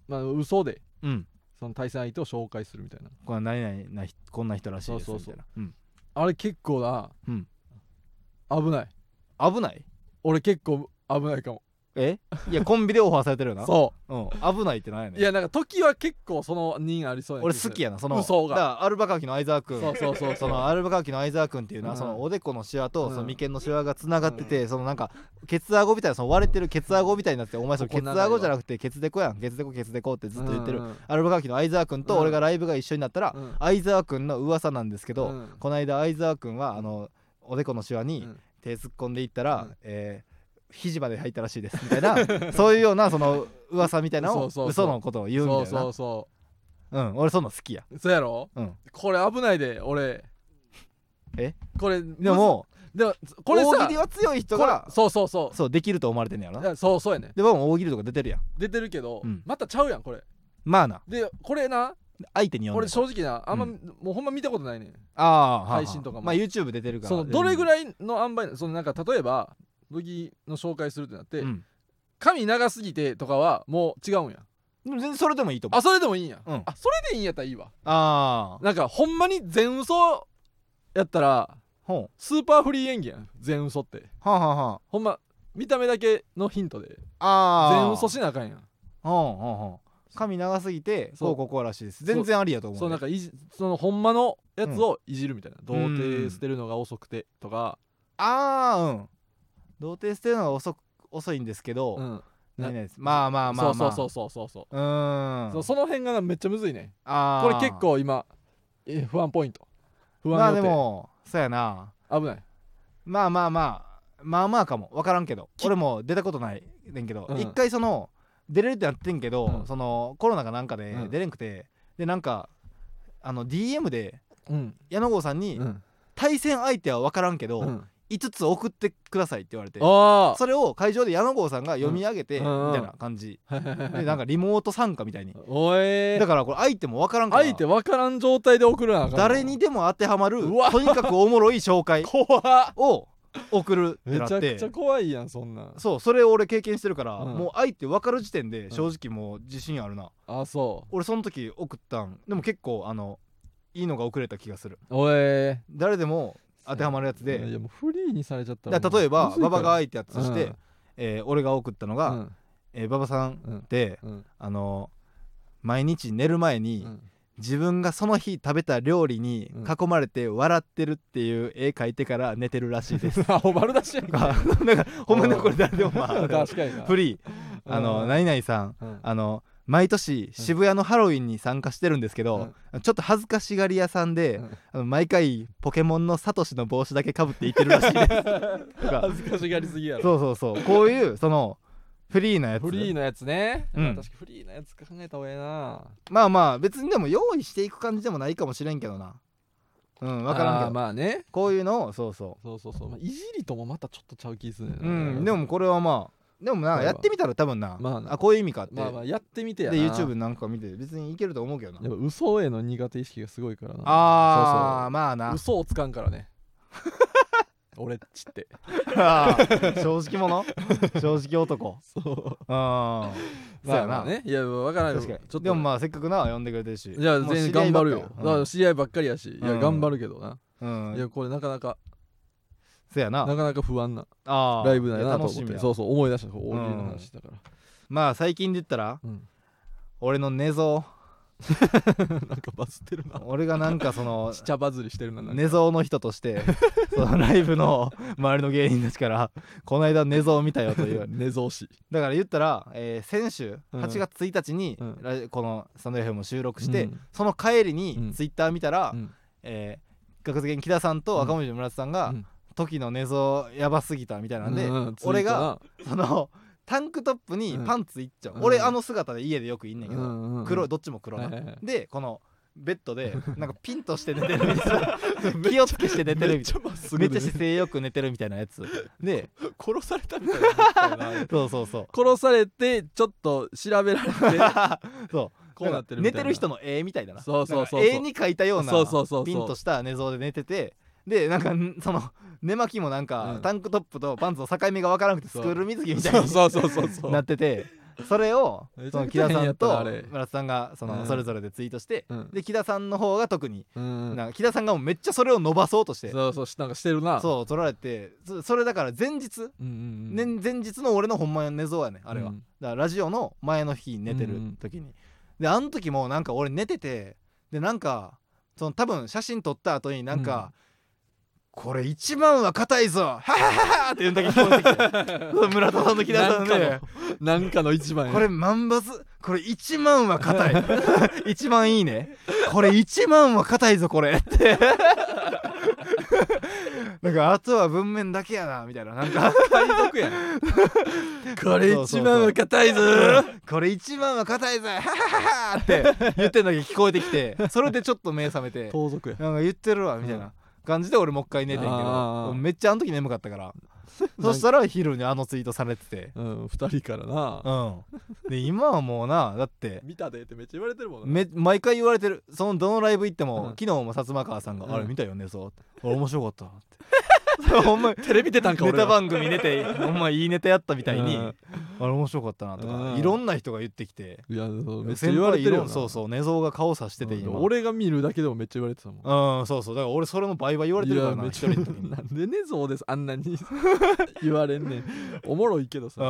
Speaker 2: まあ嘘で
Speaker 1: うん
Speaker 2: その対戦相手を紹介するみたいな
Speaker 1: これ何々な人こんな人らしいです
Speaker 2: そう
Speaker 1: み
Speaker 2: そ
Speaker 1: た
Speaker 2: うそう
Speaker 1: いなうん
Speaker 2: あれ結構な、
Speaker 1: うん
Speaker 2: 危ない
Speaker 1: 危ない
Speaker 2: 俺結構危ないかも
Speaker 1: えい
Speaker 2: <laughs>
Speaker 1: やコンビでオファーされてるよな、
Speaker 2: そう
Speaker 1: ん、危ないってなんやね
Speaker 2: ういやなんか時は結構その人ありそうや
Speaker 1: 俺好き
Speaker 2: や
Speaker 1: やなその
Speaker 2: 嘘
Speaker 1: だ
Speaker 2: が
Speaker 1: からアルバカーキの相沢君
Speaker 2: そうそうそう
Speaker 1: そのアルバカーキの相沢君っていうのは、
Speaker 2: うん
Speaker 1: そのおでこのシワと
Speaker 2: うん
Speaker 1: その眉間のシワがつながってて、そのなんかケツアゴみたいなその割れてるケツアゴみたいになってて、お前それ
Speaker 2: ここ
Speaker 1: ケ
Speaker 2: 長
Speaker 1: ツ
Speaker 2: いわ
Speaker 1: アゴじゃなくてケツデコやんケツデコケツデコってずっと言ってる、
Speaker 2: うん
Speaker 1: アルバカーキの相沢君と俺がライブが一緒になったら、
Speaker 2: うん
Speaker 1: 相沢君の噂なんですけど、
Speaker 2: うん
Speaker 1: この間相沢君はあのおでこのシワに、
Speaker 2: うん
Speaker 1: 手突っ込んでいったら、
Speaker 2: うん
Speaker 1: えー肘まで入ったらしいですみたい
Speaker 2: <laughs>
Speaker 1: なそういうようなその噂みたいなの
Speaker 2: そうそう
Speaker 1: を
Speaker 2: そう
Speaker 1: 嘘のことを言うんだよ
Speaker 2: そう
Speaker 1: な
Speaker 2: そうそ
Speaker 1: うん俺そんなの好きや
Speaker 2: うそうやろ
Speaker 1: うん
Speaker 2: これ危ないで俺
Speaker 1: え
Speaker 2: これ
Speaker 1: でも
Speaker 2: でもこれさ
Speaker 1: 大喜利は強い人
Speaker 2: こ
Speaker 1: が
Speaker 2: れそうそうそ
Speaker 1: そうできると思われてんねやろ
Speaker 2: うい
Speaker 1: な
Speaker 2: やそうそうやね
Speaker 1: でも大喜利とか出てるやん
Speaker 2: 出てるけど、
Speaker 1: うん
Speaker 2: またちゃうやんこれ
Speaker 1: まあな
Speaker 2: でこれな
Speaker 1: 相手によ
Speaker 2: 俺
Speaker 1: る
Speaker 2: 正直なあんま、
Speaker 1: うん
Speaker 2: もうほんま見たことないねん
Speaker 1: ああ
Speaker 2: 配信とかも
Speaker 1: まあ YouTube 出てるから
Speaker 2: そのどれぐ
Speaker 1: い
Speaker 2: らいの塩梅なそのなんか例えば武器の紹介するってなって、
Speaker 1: うん
Speaker 2: 髪長すぎてとかはもう違うんや
Speaker 1: でも全然それでもいいと思う
Speaker 2: あそれでもいいんや、
Speaker 1: うん
Speaker 2: あそれでいいんやったらいいわ
Speaker 1: ああ
Speaker 2: なんかほんまに全嘘やったら
Speaker 1: ほ
Speaker 2: スーパーフリー演技やん全嘘って
Speaker 1: うはあはあはあ
Speaker 2: ほんま見た目だけのヒントで
Speaker 1: ああ
Speaker 2: 全嘘しなあかんやん
Speaker 1: ほうほうほう髪長すぎて
Speaker 2: そう
Speaker 1: こうこうこうらしいです全然ありやと思う
Speaker 2: そうなん
Speaker 1: か
Speaker 2: かいじそのほんまのやつをいじるみたいな、
Speaker 1: うん
Speaker 2: 童貞捨てるのが遅くてとか、
Speaker 1: ああうん童貞捨てるのが遅く遅いんですけど、
Speaker 2: うん
Speaker 1: ないないですまあまあまあまあ
Speaker 2: そうそうそうそうそう
Speaker 1: うーん
Speaker 2: そうその辺がなめっちゃむずいね
Speaker 1: あ
Speaker 2: こ
Speaker 1: ー
Speaker 2: れ結構今え不安ポイント不
Speaker 1: まあ
Speaker 2: 安
Speaker 1: で
Speaker 2: 予定、
Speaker 1: もそうやな
Speaker 2: 危ない
Speaker 1: まあまあまあまあまあかも分からんけど俺も出たことないねんけど
Speaker 2: うん
Speaker 1: 一、回その出れるってなってんけど、
Speaker 2: うん
Speaker 1: そのコロナかなんかで
Speaker 2: うん
Speaker 1: 出れんくて、でなんかあの DM で
Speaker 2: うん
Speaker 1: 矢野郷さんに、
Speaker 2: うん
Speaker 1: 対戦相手は分からんけど、
Speaker 2: うん
Speaker 1: 5つ送ってくださいって言われて
Speaker 2: ああ
Speaker 1: それを会場で矢野郷さんが読み上げて、
Speaker 2: うんうんうん
Speaker 1: みたいな感じ、でなんかリモート参加みたいに
Speaker 2: <laughs> おえ
Speaker 1: だからこれ相手も分からんから
Speaker 2: 相手わからん状態で送るなあかんの
Speaker 1: 誰にでも当てはまる
Speaker 2: うわ
Speaker 1: とにかくおもろい紹介
Speaker 2: 怖っ
Speaker 1: を送るって
Speaker 2: め
Speaker 1: なっ
Speaker 2: ちゃく
Speaker 1: て
Speaker 2: ちゃ怖いやんそんなん
Speaker 1: そうそれを俺経験してるから、
Speaker 2: うん
Speaker 1: もう相手分かる時点で正直もう自信あるな、
Speaker 2: あそ
Speaker 1: 俺その時送ったんでも結構あのいいのが送れた気がする
Speaker 2: うおえ
Speaker 1: 誰でも当てはまるやつで、
Speaker 2: いやもうフリーにされちゃったら
Speaker 1: だから例えば
Speaker 2: むずい
Speaker 1: 馬
Speaker 2: から
Speaker 1: 場が相手やったとして、
Speaker 2: うん
Speaker 1: えー俺が送ったのが、えー馬場さん
Speaker 2: うん
Speaker 1: って、
Speaker 2: うん
Speaker 1: あの毎日寝る前に、
Speaker 2: うん
Speaker 1: 自分がその日食べた料理に囲まれて笑ってるっていう絵描いてから寝てるらしいです。
Speaker 2: <laughs> あお丸出しやんか
Speaker 1: あ <laughs> なんかほんまにこれ誰でも <laughs> ま <laughs> あ
Speaker 2: 確かにな
Speaker 1: フリーあの
Speaker 2: うん
Speaker 1: 何々さん
Speaker 2: うん
Speaker 1: あの毎年渋谷のハロウィンに参加してるんですけど、ちょっと恥ずかしがり屋さんで、
Speaker 2: うん
Speaker 1: あの毎回ポケモンのサトシの帽子だけかぶっていってるらしい <laughs> ですとか
Speaker 2: 恥ずかしがりすぎやろ
Speaker 1: そうそうそうこういうそのフリーなやつ
Speaker 2: フリーのやつね、
Speaker 1: うん
Speaker 2: まあ確かフリーのやつ考えた方がええな
Speaker 1: まあまあ別にでも用意していく感じでもないかもしれんけどなうん分からんけ
Speaker 2: あー
Speaker 1: ど、
Speaker 2: まあね
Speaker 1: こういうのをそうそ
Speaker 2: そうそうそう、まあ、いじりともまたちょっとちゃう気するね
Speaker 1: ううんでもこれはまあでもなんかやってみたら多分な、
Speaker 2: まあな
Speaker 1: あこういう意味かって、
Speaker 2: まあまあやってみてやな
Speaker 1: で YouTube なんか見て別にいけると思うけどな
Speaker 2: でも嘘への苦手意識がすごいからな
Speaker 1: あーまあ
Speaker 2: そうそう
Speaker 1: な
Speaker 2: 嘘をつかんから
Speaker 1: <laughs>
Speaker 2: ね俺っちって
Speaker 1: あー <laughs> 正直
Speaker 2: <laughs>
Speaker 1: 者正直男
Speaker 2: そう
Speaker 1: うん、そう
Speaker 2: ま
Speaker 1: やな、
Speaker 2: あまあねいやわからんよ
Speaker 1: 確かに
Speaker 2: ちょっと
Speaker 1: でもまあせっかくな呼んでくれてるし
Speaker 2: じゃあ
Speaker 1: もう
Speaker 2: 全然頑張るよ
Speaker 1: 知り合いばっ
Speaker 2: だから
Speaker 1: か
Speaker 2: 知り合いばっかりやし、いや
Speaker 1: うん
Speaker 2: 頑張るけどな、
Speaker 1: やうんうん
Speaker 2: いやこれなかなか
Speaker 1: そうや
Speaker 2: な
Speaker 1: な
Speaker 2: かなか不安な
Speaker 1: あー
Speaker 2: ライブだよな
Speaker 1: 楽
Speaker 2: と思
Speaker 1: し
Speaker 2: っ
Speaker 1: み
Speaker 2: て
Speaker 1: や
Speaker 2: そうそう思い出した大喜利の話だから、
Speaker 1: まあ最近で言ったら
Speaker 2: うん
Speaker 1: 俺の寝相
Speaker 2: なんかバズってるな
Speaker 1: 俺がなんかそ
Speaker 2: <laughs>
Speaker 1: の
Speaker 2: ちっちゃバズりしてるななんか
Speaker 1: 寝相の人として
Speaker 2: <laughs>
Speaker 1: そのライブの周りの芸人たちから「この間寝相見たよ」と言われ
Speaker 2: 寝相師
Speaker 1: だから言ったら、えー先週
Speaker 2: うん
Speaker 1: 8月1日に、
Speaker 2: うん
Speaker 1: ラジこのスタンド FM を収録して、
Speaker 2: うん
Speaker 1: その帰り
Speaker 2: う
Speaker 1: に
Speaker 2: ん
Speaker 1: ツイッター見たら、
Speaker 2: うん
Speaker 1: えー学芸木田さんと赤文字の村田さんが「
Speaker 2: うん
Speaker 1: 時の寝相やばすぎた」みたいなんで、
Speaker 2: ううツイートな
Speaker 1: 俺がそのタンクトップにパンツいっちゃう、
Speaker 2: うん
Speaker 1: 俺あの姿で家でよくいんねんけど、
Speaker 2: うんうんうん
Speaker 1: 黒いどっちも黒な、
Speaker 2: はいはいはい
Speaker 1: でこのベッド
Speaker 2: <laughs>
Speaker 1: でなんかピンとして寝てるみたいな気をつけして寝てる
Speaker 2: めっ
Speaker 1: みたい
Speaker 2: ちゃまっす
Speaker 1: な
Speaker 2: ぐ
Speaker 1: め
Speaker 2: で
Speaker 1: っちゃ姿勢よく寝てるみたいな
Speaker 2: <laughs>
Speaker 1: やつで
Speaker 2: 殺されたみたいな話だよな
Speaker 1: そうそうそう
Speaker 2: <laughs> 殺されてちょっと調べ
Speaker 1: <laughs>
Speaker 2: られて
Speaker 1: そう
Speaker 2: こうなってるみ
Speaker 1: 寝
Speaker 2: たいな
Speaker 1: てる人の絵みたいだな
Speaker 2: そうそうそうそう
Speaker 1: なんか絵に描いたような
Speaker 2: そうそうそうそう
Speaker 1: ピンとした寝相で寝ててでなんかんその寝巻きもなんか、
Speaker 2: うん
Speaker 1: タンクトップとパンツの境目が分からなくてス
Speaker 2: そ
Speaker 1: ク
Speaker 2: う
Speaker 1: ール水着みたい
Speaker 2: そ
Speaker 1: な
Speaker 2: うそうそうそうそう
Speaker 1: なっててそれを
Speaker 2: めち
Speaker 1: そ
Speaker 2: ゃ
Speaker 1: の
Speaker 2: く
Speaker 1: 木
Speaker 2: ちゃ
Speaker 1: 田
Speaker 2: 変
Speaker 1: さ
Speaker 2: やっ
Speaker 1: ん
Speaker 2: たな
Speaker 1: と
Speaker 2: あれ
Speaker 1: 村田さんがその
Speaker 2: うん
Speaker 1: それぞれでツイートして、
Speaker 2: うん
Speaker 1: で木田さんの方が特に、
Speaker 2: うんうん
Speaker 1: なんか木田さんがもうめっちゃそれを伸ばそうとして
Speaker 2: そうそうしなんかしてるな
Speaker 1: そう取られてそそれだから前日、
Speaker 2: うんうん
Speaker 1: ね、前日の俺のほんまの寝相やねあれは、
Speaker 2: うん
Speaker 1: だからラジオの前の日寝てる時に、であの時もなんか俺寝ててでなんかその多分写真撮った後になんか、これ一番は硬いぞははははって言うんだけ聞こえてき
Speaker 2: <laughs>
Speaker 1: てその村田さんの木田さんで、
Speaker 2: なんかのなんかの一番や
Speaker 1: これ万バズこれ1万は硬い <laughs> 1万いいねこれ1万は硬いぞこれ
Speaker 2: <laughs>
Speaker 1: ってなんかあとは文面だけやなみたいななんか
Speaker 2: 海賊やん <laughs> これ一番は硬いぞ
Speaker 1: これ1万は硬いぞハハハハって言ってんだけ聞こえてきてそれでちょっと目覚めて
Speaker 2: 盗賊や
Speaker 1: なんか言ってるわみたいな感じで俺もう一回寝てんけ
Speaker 2: あ
Speaker 1: ど
Speaker 2: ー
Speaker 1: めっちゃあの時眠かった
Speaker 2: <laughs>
Speaker 1: からそしたら昼にあのツイートされてて
Speaker 2: うん二人からな
Speaker 1: うんで今はもうなだって
Speaker 2: 見たでってめっちゃ言われてるもんな
Speaker 1: め毎回言われてるそのどのライブ行って
Speaker 2: うん
Speaker 1: も、昨日も薩摩川さんが「
Speaker 2: うん
Speaker 1: あれ見たよねそう」って「あれ面白かった」
Speaker 2: <laughs>
Speaker 1: ってほんまに
Speaker 2: テレビ出たんか
Speaker 1: ネ
Speaker 2: 俺ら
Speaker 1: タ番組寝てほんまいいネタやったみたいに「
Speaker 2: うん
Speaker 1: あれ面白かったな」とか、
Speaker 2: うん
Speaker 1: いろんな人が言ってきて
Speaker 2: いやそうめっちゃ
Speaker 1: 先
Speaker 2: 言われ
Speaker 1: 輩
Speaker 2: て
Speaker 1: い
Speaker 2: る
Speaker 1: ろ
Speaker 2: よ
Speaker 1: ん
Speaker 2: な
Speaker 1: そうそう寝相が顔さしてて今、
Speaker 2: うん俺が見るだけでもめっちゃ言われてたもん
Speaker 1: うんそうそうだから俺それの倍は言われてるから
Speaker 2: いや
Speaker 1: な
Speaker 2: めっ
Speaker 1: 一
Speaker 2: ちゃ
Speaker 1: 人の <laughs> 時に
Speaker 2: なんでねそうですあんな
Speaker 1: <laughs>
Speaker 2: に言われんねんおもろいけどさ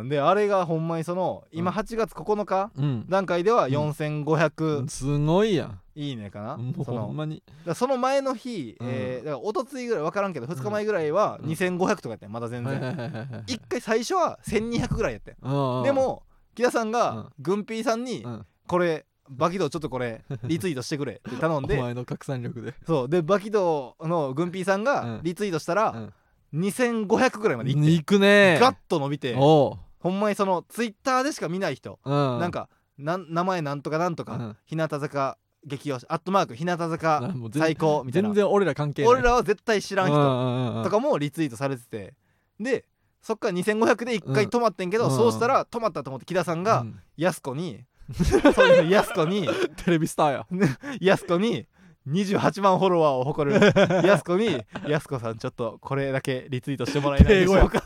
Speaker 1: うんであれがほんまにその今
Speaker 2: うん
Speaker 1: 8月9日
Speaker 2: うん
Speaker 1: 段階では
Speaker 2: うん
Speaker 1: 4500
Speaker 2: すごいやん
Speaker 1: いいねかな、
Speaker 2: もう
Speaker 1: そ
Speaker 2: ほ
Speaker 1: の
Speaker 2: んまに
Speaker 1: だからその前の日、えー
Speaker 2: うん
Speaker 1: だから一昨日ぐらい分からんけど2日前ぐらいは
Speaker 2: うん
Speaker 1: 2500とかやったよまだ全
Speaker 2: はいはい
Speaker 1: 然、
Speaker 2: はいはいはい
Speaker 1: 一回最初は1200ぐらいやったよ
Speaker 2: うんうん
Speaker 1: でも木田さん
Speaker 2: う
Speaker 1: が
Speaker 2: ん
Speaker 1: 軍ピーさんに
Speaker 2: うん
Speaker 1: 「これバキドーちょっとこれリツイートしてくれ」って頼ん
Speaker 2: お
Speaker 1: で
Speaker 2: 前の拡散力で
Speaker 1: そうでバキドーの軍ピーさんが
Speaker 2: うん
Speaker 1: リツイートしたら2500ぐらいまでいって
Speaker 2: 行くね
Speaker 1: ガッと伸びて
Speaker 2: おう
Speaker 1: ほんまにそのツイッターでしか見ない人
Speaker 2: うん
Speaker 1: なんかなん名前なんとかなんと
Speaker 2: う
Speaker 1: か
Speaker 2: ん
Speaker 1: 日向坂激推しアットマーク日向
Speaker 2: な
Speaker 1: 坂
Speaker 2: もう全
Speaker 1: 最高みたいな
Speaker 2: 全然俺ら関係ない
Speaker 1: 俺らは絶対知らん人
Speaker 2: 人
Speaker 1: とかもリツイートされててでそっから2500で1回止まってんけど、
Speaker 2: うん
Speaker 1: そうしたら止まったと思って木田さんがやす子にそういうのやす子に
Speaker 2: テレビスターや
Speaker 1: やす子に28万フォロワーを誇
Speaker 2: <laughs>
Speaker 1: るやす子に「やす子さんちょっとこれだけリツイートしてもらえないでしょうか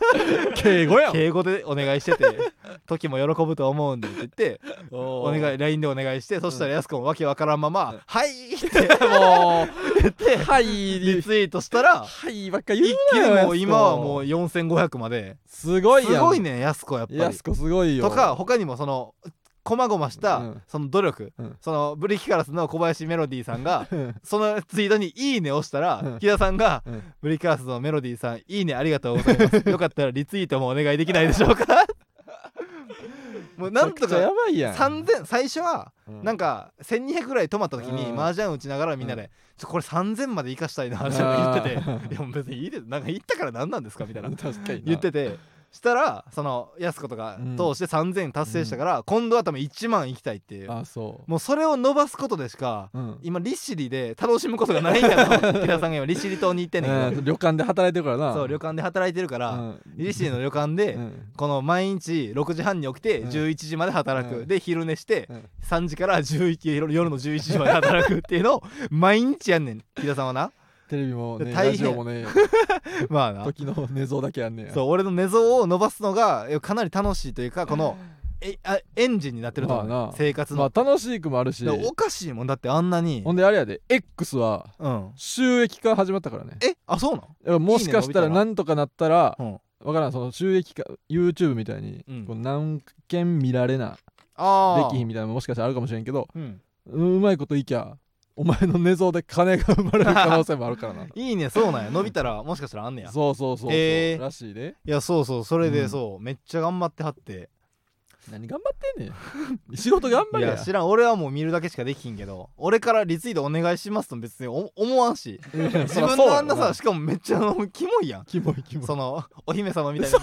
Speaker 2: 敬語」やん
Speaker 1: 敬語でお願いしてて「時も喜ぶと思うんで」って言ってお
Speaker 2: お
Speaker 1: 願
Speaker 2: い
Speaker 1: い LINE でお願いしてそしたらやす子もわけわからんまま
Speaker 2: うん
Speaker 1: 「はい!」って
Speaker 2: も
Speaker 1: 言って
Speaker 2: うはい
Speaker 1: リツイートしたら
Speaker 2: はいばっか言う
Speaker 1: 一気
Speaker 2: な
Speaker 1: に
Speaker 2: よ
Speaker 1: もう今はもう
Speaker 2: う
Speaker 1: 4500まです
Speaker 2: ごいやん
Speaker 1: すごいねやす子やっぱ
Speaker 2: や
Speaker 1: り
Speaker 2: す。こすごいよ
Speaker 1: とか他にもそのこまごまし
Speaker 2: う
Speaker 1: た
Speaker 2: ん
Speaker 1: その努力、
Speaker 2: うん
Speaker 1: そのブリキカラスの小林メロディーさん
Speaker 2: <laughs>
Speaker 1: が
Speaker 2: うん
Speaker 1: そのツイートに「いいね」を押したら、
Speaker 2: うん
Speaker 1: 木田さんが
Speaker 2: うん
Speaker 1: 「ブリキカラスのメロディーさんいいねありがとうござい
Speaker 2: <laughs>
Speaker 1: ますよかったらリツイートもお願いできないでしょうか? 」もうなんと
Speaker 2: めちゃくちゃや
Speaker 1: か
Speaker 2: ばいやん
Speaker 1: 3000最初はなん
Speaker 2: か
Speaker 1: か1200ぐらい泊まった時に
Speaker 2: うん
Speaker 1: 麻雀打ちながらみんなで「
Speaker 2: う
Speaker 1: ちょこれ3000まで生かしたいな」って言って <laughs> て「いや別にいいですなんか行ったから何なんですか?」みたいな
Speaker 2: 確かにな
Speaker 1: 言っててしたらその安子とか
Speaker 2: うん
Speaker 1: 通して3000達成したから、今度は多分1万いきたいっていう
Speaker 2: あそ
Speaker 1: もうそれを伸ばすことでしか
Speaker 2: ううん
Speaker 1: 今利尻で楽しむことがないんだと
Speaker 2: <laughs>
Speaker 1: 平田さんが今利尻島に行ってんねんけ
Speaker 2: うん旅館で働いてるからな
Speaker 1: どそう旅館で働いてるから、
Speaker 2: うん
Speaker 1: 利尻の旅館で、
Speaker 2: うん
Speaker 1: この毎日6時半に起きて
Speaker 2: うん
Speaker 1: 11時まで働く、
Speaker 2: うん
Speaker 1: で昼寝して
Speaker 2: うん
Speaker 1: 3時から11夜夜の11時まで働くっていうのを <laughs> 毎日やんねん平田さんはな
Speaker 2: テレビもね
Speaker 1: 大変
Speaker 2: ラジオ
Speaker 1: <laughs>
Speaker 2: もね
Speaker 1: まあな
Speaker 2: 時の寝相だけやんねや
Speaker 1: そう俺の寝相を伸ばすのがえかなり楽しいというかこのえあエンジンになってると思うね、
Speaker 2: まあな
Speaker 1: 生活の、
Speaker 2: まあ楽しくもあるし
Speaker 1: だからおかしいもんだってあんなに
Speaker 2: ほんであれやで X は
Speaker 1: うん
Speaker 2: 収益化始まったからね
Speaker 1: えあそうな
Speaker 2: だからもしかした
Speaker 1: いいね伸
Speaker 2: ら
Speaker 1: びたな
Speaker 2: なんとかなったら
Speaker 1: の、うん、
Speaker 2: わからんその収益化 YouTube みたいに、
Speaker 1: うん
Speaker 2: こう何件見られな
Speaker 1: あ
Speaker 2: で
Speaker 1: あ
Speaker 2: きひんみたいなのもしかしたらあるかもしれんけど
Speaker 1: うん、
Speaker 2: ううまいこといきゃお前の寝相で金が生まれる可能性もあるからな
Speaker 1: <laughs> いいねそうなんや伸びたらもしかしたらあんねや
Speaker 2: そうそうそうそう、
Speaker 1: へー
Speaker 2: らしいで
Speaker 1: いやそうそうそれ
Speaker 2: う
Speaker 1: で
Speaker 2: ん
Speaker 1: そう、めっちゃ頑張ってはって
Speaker 2: 何頑張ってんねん仕事頑張
Speaker 1: い
Speaker 2: れ
Speaker 1: や
Speaker 2: や <laughs>
Speaker 1: 知らん俺はもう見るだけしかできひんけど俺からリツイートお願いしますと別にお思わんし自分のあんなさしかもめっちゃあのキモいやん
Speaker 2: キモいキモい
Speaker 1: そのお姫様み
Speaker 2: <laughs>
Speaker 1: たいな